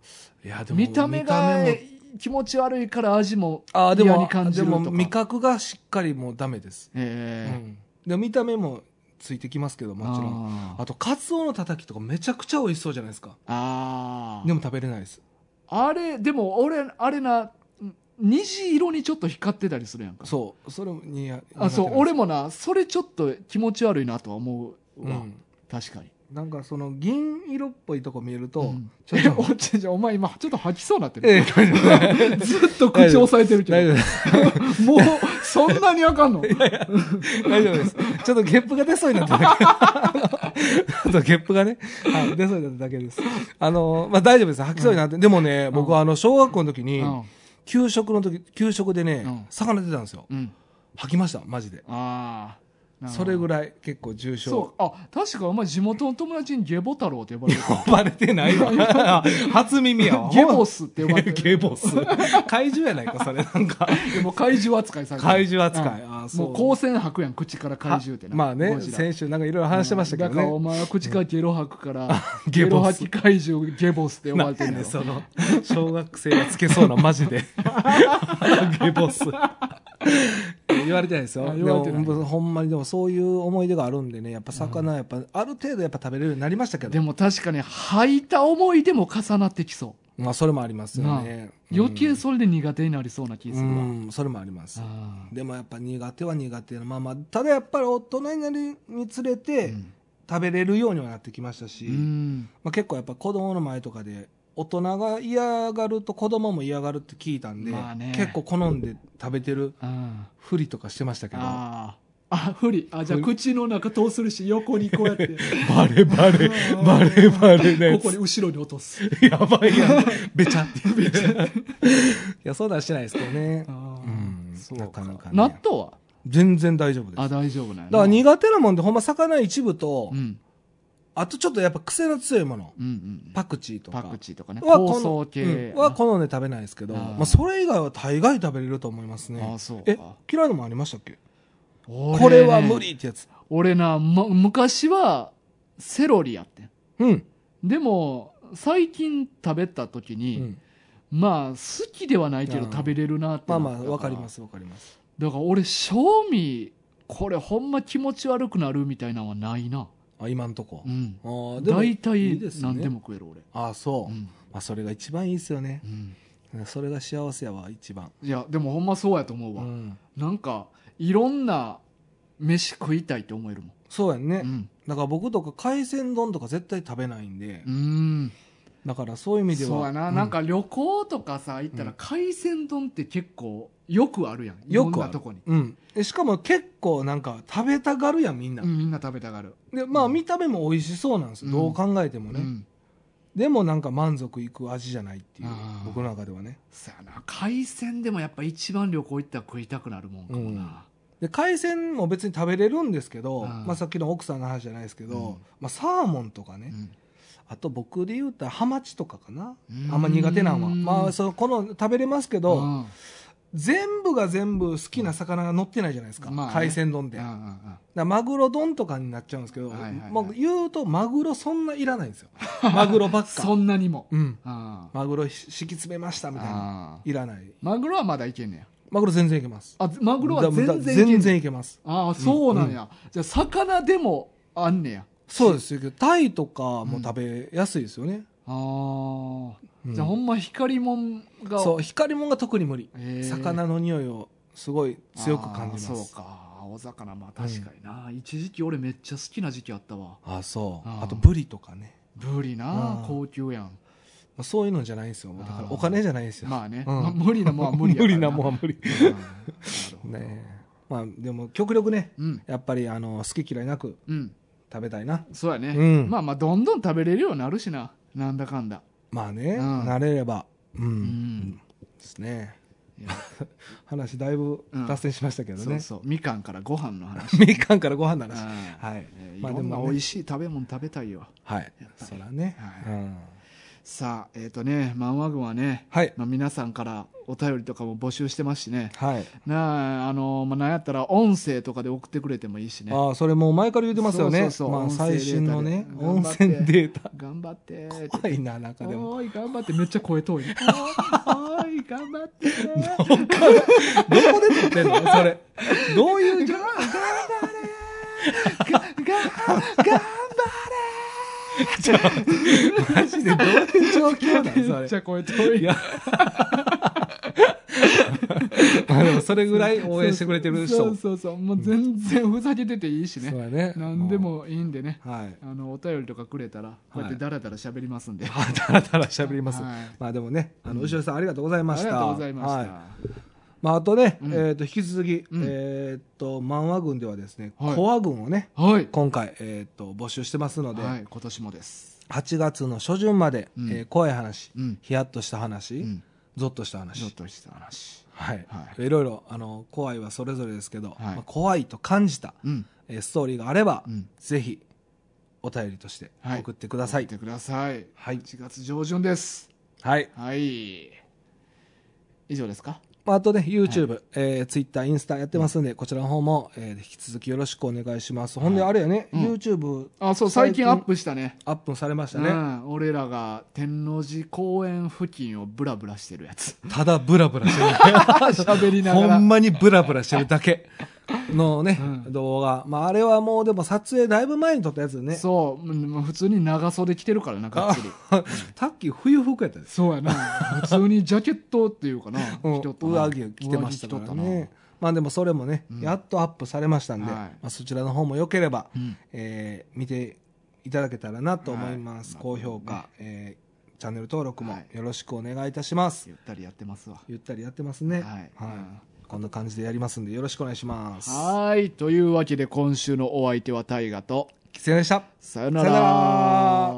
Speaker 2: いやでも
Speaker 1: 見た目が
Speaker 2: 見た目も
Speaker 1: 気持ち悪いから味も
Speaker 2: ああで
Speaker 1: 嫌
Speaker 2: も
Speaker 1: に感じる
Speaker 2: で
Speaker 1: とか
Speaker 2: も味覚がしっかりもうダメです、う
Speaker 1: え
Speaker 2: ん、で見た目もついてきますけど
Speaker 1: え
Speaker 2: もちろん
Speaker 1: ん
Speaker 2: あとカツオのたたきとかめちゃくちゃ美味しそうじゃないですか
Speaker 1: あー
Speaker 2: でも食べれないです
Speaker 1: あれでも俺あれな虹色にちょっと光ってたりするやんか
Speaker 2: そうそれもにや
Speaker 1: あそう
Speaker 2: 苦手
Speaker 1: 俺もなそれちょっと気持ち悪いなとは思うわ、
Speaker 2: なんですうん
Speaker 1: 確かに
Speaker 2: なんかその銀色っぽいとこ見えると、
Speaker 1: うん
Speaker 2: ちょっ
Speaker 1: え
Speaker 2: と
Speaker 1: おちょちょお前今ちょっと吐きそうになってる、
Speaker 2: ええ大丈 夫
Speaker 1: ずっと口押さえてるけ
Speaker 2: 大丈
Speaker 1: ど
Speaker 2: 夫です
Speaker 1: もうそんなにあかんの
Speaker 2: 大丈夫です。ちょっとゲップが出そうになっただけ。ちょっとゲップがね、はい、出そうになっただけです。あの、まあ、大丈夫です。吐きそうになって。でもね、
Speaker 1: ん
Speaker 2: 僕はあの、小学校の時
Speaker 1: う
Speaker 2: に、
Speaker 1: ん、
Speaker 2: 給食の時、給食でね、
Speaker 1: うん
Speaker 2: 魚出たんですよ。
Speaker 1: うん、
Speaker 2: 吐きました、マジで。
Speaker 1: ああ
Speaker 2: それぐ
Speaker 1: らい
Speaker 2: らい結構
Speaker 1: そ
Speaker 2: 重症。
Speaker 1: うあ確かお前地元の友達にゲボ太郎って呼ばれてた
Speaker 2: 呼ばれてない わ。初耳やわ。
Speaker 1: ゲボスって呼ばれてる
Speaker 2: ゲボス。怪獣やないか、それな んか。
Speaker 1: でも怪獣扱いされてる
Speaker 2: 怪獣扱い。
Speaker 1: うん
Speaker 2: あ
Speaker 1: もう光線吐くやん口から怪獣ってな
Speaker 2: まあね
Speaker 1: ゴ、ジラ
Speaker 2: 先週なんかいろいろ話してましたけど
Speaker 1: うんだからお
Speaker 2: ね。
Speaker 1: 前は口からゲロ吐くから
Speaker 2: ゲ
Speaker 1: ゲロ
Speaker 2: ボス
Speaker 1: 吐き怪獣ゲボスって呼ばれてる
Speaker 2: なん
Speaker 1: の
Speaker 2: でその、小学生がつけそうな、マジで。 ゲボス。言われてないですよ。
Speaker 1: あ
Speaker 2: で
Speaker 1: 言われ
Speaker 2: も
Speaker 1: てない
Speaker 2: ほんまにでもそういう思い出があるんでね、やっぱ魚はやっぱ、ある程度やっぱ食べれるようになりましたけ
Speaker 1: で
Speaker 2: ど、
Speaker 1: も確かに吐いた思い出も重なってきそ
Speaker 2: まあそれもありますよね。
Speaker 1: う余計それで苦手になりそうな気
Speaker 2: うん
Speaker 1: するわ、
Speaker 2: うん、それもあります。
Speaker 1: あ
Speaker 2: でもやっぱ苦手は苦手なまあまあ、ただやっぱり大人になるにつれて
Speaker 1: ん
Speaker 2: 食べれるようにはなってきましたし、
Speaker 1: ーうん
Speaker 2: まあ、結構やっぱ子供の前とかで大人が嫌がると子供も嫌がるって聞いたんで、
Speaker 1: まあね
Speaker 2: 結構好んで食べてる
Speaker 1: あ
Speaker 2: ふりとかしてましたけど
Speaker 1: ああ不利あじゃあ口の中通するし横にこうや って
Speaker 2: バレバレバレバレね
Speaker 1: ここに後ろに落とす
Speaker 2: やばいや んべちゃってべちゃいやそうだはしないですけどね
Speaker 1: あー
Speaker 2: うん
Speaker 1: そう
Speaker 2: なかなかね
Speaker 1: 納豆は
Speaker 2: 全然大丈夫です
Speaker 1: あ
Speaker 2: だか
Speaker 1: 大丈夫なんやな
Speaker 2: ら苦手なもんでほんま魚一部と、
Speaker 1: うん
Speaker 2: あとちょっとやっぱ癖の強いもの
Speaker 1: うんうん
Speaker 2: パクチーと
Speaker 1: パ
Speaker 2: か
Speaker 1: クチーとかね
Speaker 2: は
Speaker 1: 香草
Speaker 2: この
Speaker 1: 系
Speaker 2: うんは好んで食べないですけど
Speaker 1: あー
Speaker 2: まあ、それ以外は大概食べれると思いますね
Speaker 1: あそう
Speaker 2: え
Speaker 1: か
Speaker 2: 嫌いなもんありましたっけ
Speaker 1: 俺ね
Speaker 2: これは無理ってやつ
Speaker 1: 俺な、ま、昔はセロリやってん
Speaker 2: うん、
Speaker 1: でも最近食べた時
Speaker 2: う
Speaker 1: に、
Speaker 2: ん、
Speaker 1: まあ好きではないけど
Speaker 2: うん
Speaker 1: 食べれるなって
Speaker 2: ま
Speaker 1: な
Speaker 2: あ
Speaker 1: った
Speaker 2: まあわかりますわかります
Speaker 1: だから俺賞味これほんま気持ち悪くなるみたいなのはないな
Speaker 2: あ今んとこ
Speaker 1: うん
Speaker 2: あーでも
Speaker 1: 大
Speaker 2: い
Speaker 1: 体
Speaker 2: いすね
Speaker 1: 何でも食える俺
Speaker 2: ああそう、
Speaker 1: うん
Speaker 2: まあ、それが一番いいですよね
Speaker 1: うん
Speaker 2: それが幸せやわ一番
Speaker 1: いやでもほんまそうやと思う
Speaker 2: う
Speaker 1: わ、
Speaker 2: ん
Speaker 1: なんかいろんな飯食いたいって思えるもん
Speaker 2: そうやんね、
Speaker 1: うん
Speaker 2: だから僕とか海鮮丼とか絶対食べないんで、
Speaker 1: うん
Speaker 2: だからそういう意味では。
Speaker 1: そうやな、
Speaker 2: うん
Speaker 1: なんか旅行とかさ行ったら海鮮丼って結構よくあるやんいろ
Speaker 2: よ
Speaker 1: ん
Speaker 2: く
Speaker 1: な
Speaker 2: ある
Speaker 1: とこに、
Speaker 2: うん。でしかも結構なんか食べたがるやん、みんな。
Speaker 1: うんみんな食べたがる、
Speaker 2: で、まあ見た目も美味しそうなんですよ。
Speaker 1: うん
Speaker 2: どう考えても
Speaker 1: う
Speaker 2: ね、
Speaker 1: ん、
Speaker 2: でもなんか満足いく味じゃないっていう
Speaker 1: あー、
Speaker 2: 僕の中ではね。
Speaker 1: そうやな海鮮でもやっぱ一番旅行行ったら食いたくなるもんかもな、
Speaker 2: で、海鮮も別に食べれるんですけど、
Speaker 1: うん
Speaker 2: まあさっきの奥さんの話じゃないですけど、
Speaker 1: うん
Speaker 2: まあサーモンとかね、
Speaker 1: うん
Speaker 2: あと僕で言うたらハマチとかかな。
Speaker 1: うん
Speaker 2: あんま苦手なんは。
Speaker 1: うん
Speaker 2: まあその、この食べれますけど、
Speaker 1: うん
Speaker 2: 全部が全部好きな魚が乗ってないじゃないですか。
Speaker 1: まあね
Speaker 2: 海鮮丼って。
Speaker 1: うんうん
Speaker 2: だ
Speaker 1: う
Speaker 2: か
Speaker 1: ん
Speaker 2: らマグロ丼とかになっちゃうんですけど、
Speaker 1: はいはいはい
Speaker 2: もう言うとマグロそんないらないんですよ。 マグロばっ
Speaker 1: そ
Speaker 2: か。
Speaker 1: んなにも、
Speaker 2: うん。
Speaker 1: ああ
Speaker 2: マグロひ敷き詰めましたみたいな。
Speaker 1: ああ
Speaker 2: いらない。
Speaker 1: マグロはまだいけんねや
Speaker 2: マグロ全然いけます。
Speaker 1: あマグロは全然いけんねん
Speaker 2: 全然いけます。
Speaker 1: ああそうなんや、じゃあ魚でもあんねや
Speaker 2: そうですよ。タイとかも食べやすいですよね。
Speaker 1: ああ、
Speaker 2: うん
Speaker 1: じゃあほんま光もんが
Speaker 2: そう、光もんが特に無理。
Speaker 1: へえ
Speaker 2: 魚の匂いをすごい強く感じ
Speaker 1: あー
Speaker 2: ま
Speaker 1: そう
Speaker 2: す。
Speaker 1: か青魚まあ確かにな、一時期俺めっちゃ好きな時期あったわ
Speaker 2: あ、そう。
Speaker 1: あー
Speaker 2: あとブリとかね。
Speaker 1: ブリな
Speaker 2: あー
Speaker 1: 高級やん
Speaker 2: まあそういうのじゃないんですよ。だか
Speaker 1: あ
Speaker 2: ら
Speaker 1: ー
Speaker 2: お金じゃないんですよ。
Speaker 1: まあね、
Speaker 2: うん
Speaker 1: まあ無理なもんは無理や
Speaker 2: 無理なもん
Speaker 1: ん
Speaker 2: は無理。 ねえ。まあでも極力ね、
Speaker 1: うん
Speaker 2: やっぱりあの好き嫌いなく
Speaker 1: うん
Speaker 2: 食べたいな。
Speaker 1: そうやね、
Speaker 2: うん
Speaker 1: まあまあどんどん食べれるようになるしななんだかんだ
Speaker 2: まあね、
Speaker 1: うん
Speaker 2: 慣れれば。うん。
Speaker 1: うん
Speaker 2: ですね。
Speaker 1: いや
Speaker 2: 話だいぶ
Speaker 1: うん
Speaker 2: 脱線しましたけど
Speaker 1: そう
Speaker 2: ね。
Speaker 1: そうみかんからご飯の話
Speaker 2: みかんからご飯の話。
Speaker 1: あ
Speaker 2: はい
Speaker 1: え。ー
Speaker 2: まあ
Speaker 1: い
Speaker 2: で
Speaker 1: ろんな
Speaker 2: も
Speaker 1: 美
Speaker 2: ね
Speaker 1: 味、しい食べ物食べたいよ
Speaker 2: はい
Speaker 1: やっ。ぱり
Speaker 2: そらね。
Speaker 1: はい
Speaker 2: うん
Speaker 1: さあえっ、とねマンワ軍はね、
Speaker 2: はい。
Speaker 1: まあ、皆さんからお便りとかも募集してますしね
Speaker 2: はい。
Speaker 1: なああの、まあ、なんやったら音声とかで送ってくれてもいいしね
Speaker 2: ああ、それもう前から言ってますよね。
Speaker 1: そうそうそう
Speaker 2: まあ
Speaker 1: 音声データで
Speaker 2: 最新のね、
Speaker 1: 頑
Speaker 2: 温
Speaker 1: 張って
Speaker 2: 泉データ。
Speaker 1: 頑張ってーって
Speaker 2: 怖いな、中でも。
Speaker 1: おーい頑張ってめっちゃ声 遠いおーい頑張ってー
Speaker 2: どこで撮ってんのそれ。どういう状況
Speaker 1: が頑
Speaker 2: マジでどういう状況な
Speaker 1: 張れ
Speaker 2: の
Speaker 1: めっ
Speaker 2: そ
Speaker 1: ち
Speaker 2: れ。
Speaker 1: ゃ声遠い
Speaker 2: いやまあでもそれぐらい応援してくれてる人。
Speaker 1: そうそうそうもう全然ふざけてていいし
Speaker 2: そう
Speaker 1: ね
Speaker 2: やね。
Speaker 1: 何で。もいいんでね
Speaker 2: はい。
Speaker 1: あのお便りとかくれたらこうやってダラダラ喋りますんで、
Speaker 2: あだらだら喋ります。
Speaker 1: はい
Speaker 2: まあでもね、あの、牛尾さんありがとうございま
Speaker 1: あ
Speaker 2: し
Speaker 1: り
Speaker 2: た。
Speaker 1: がとうございました、
Speaker 2: はまああとね、
Speaker 1: うん
Speaker 2: えっと、引き続き、
Speaker 1: うん
Speaker 2: えっと、漫画軍ではですね、
Speaker 1: はい
Speaker 2: コア軍をね、
Speaker 1: はい。
Speaker 2: 今回、えっと、募集してますので、
Speaker 1: はい、今年もです。
Speaker 2: 8月の初旬まで、
Speaker 1: うん
Speaker 2: えー怖い話、
Speaker 1: うん
Speaker 2: ヒヤッとした話、
Speaker 1: うん。
Speaker 2: ゾッとした
Speaker 1: ちょっ
Speaker 2: 話。
Speaker 1: とした話。
Speaker 2: はい。、
Speaker 1: はい
Speaker 2: ろいろ、あの、怖いはそれぞれですけど、まあ怖いと感じた、
Speaker 1: うん。
Speaker 2: えーストーリーがあれば、
Speaker 1: うん
Speaker 2: ぜひお便りとして
Speaker 1: はい
Speaker 2: 送ってください。
Speaker 1: 見てください。
Speaker 2: はい
Speaker 1: 1月上旬です。
Speaker 2: はい。
Speaker 1: はい。以上ですか
Speaker 2: まあ、あとね、YouTube、えー、Twitter、インスタやってますんで、こちらの方も、えー引き続きよろしくお願いします。ほんで、あれやね、
Speaker 1: うん
Speaker 2: YouTube
Speaker 1: あ、そう、最近アッ
Speaker 2: 最
Speaker 1: プしたね。
Speaker 2: アップされました
Speaker 1: う
Speaker 2: ね。
Speaker 1: ん、俺らが天王寺公園付近をブラブラしてるやつ
Speaker 2: ただブラブラしてる。
Speaker 1: 喋りなが
Speaker 2: ほ
Speaker 1: ら
Speaker 2: んまにブラブラしてるだけのね、
Speaker 1: うん
Speaker 2: 動画。まあ、あれはもうでも撮影だいぶ前に撮ったやつね。
Speaker 1: そううんもう普通に長袖着てるからながっつり
Speaker 2: さっき冬服やったです。
Speaker 1: そうやな普通にジャケットっていう かな
Speaker 2: うん
Speaker 1: 着とったな
Speaker 2: 上着を着てましたか
Speaker 1: 上着着と
Speaker 2: ら
Speaker 1: ったな
Speaker 2: ね。まあでもそれもね、
Speaker 1: うん
Speaker 2: やっとアップされましたんで、
Speaker 1: はい
Speaker 2: まあ、そちらの方も良ければ、
Speaker 1: うん
Speaker 2: えー見ていただけたらなと思います。
Speaker 1: はい
Speaker 2: 高評価、えーチャンネル登録も
Speaker 1: はい
Speaker 2: よろしくお願いいたします。
Speaker 1: ゆったりやってますわ
Speaker 2: ゆったりやってますね。
Speaker 1: はい
Speaker 2: こんな感じでやりますんでよろしくお願いします。
Speaker 1: はーいというわけで今週のお相手は大ガと
Speaker 2: きつねでした。
Speaker 1: さよな
Speaker 2: さよな
Speaker 1: ら
Speaker 2: ら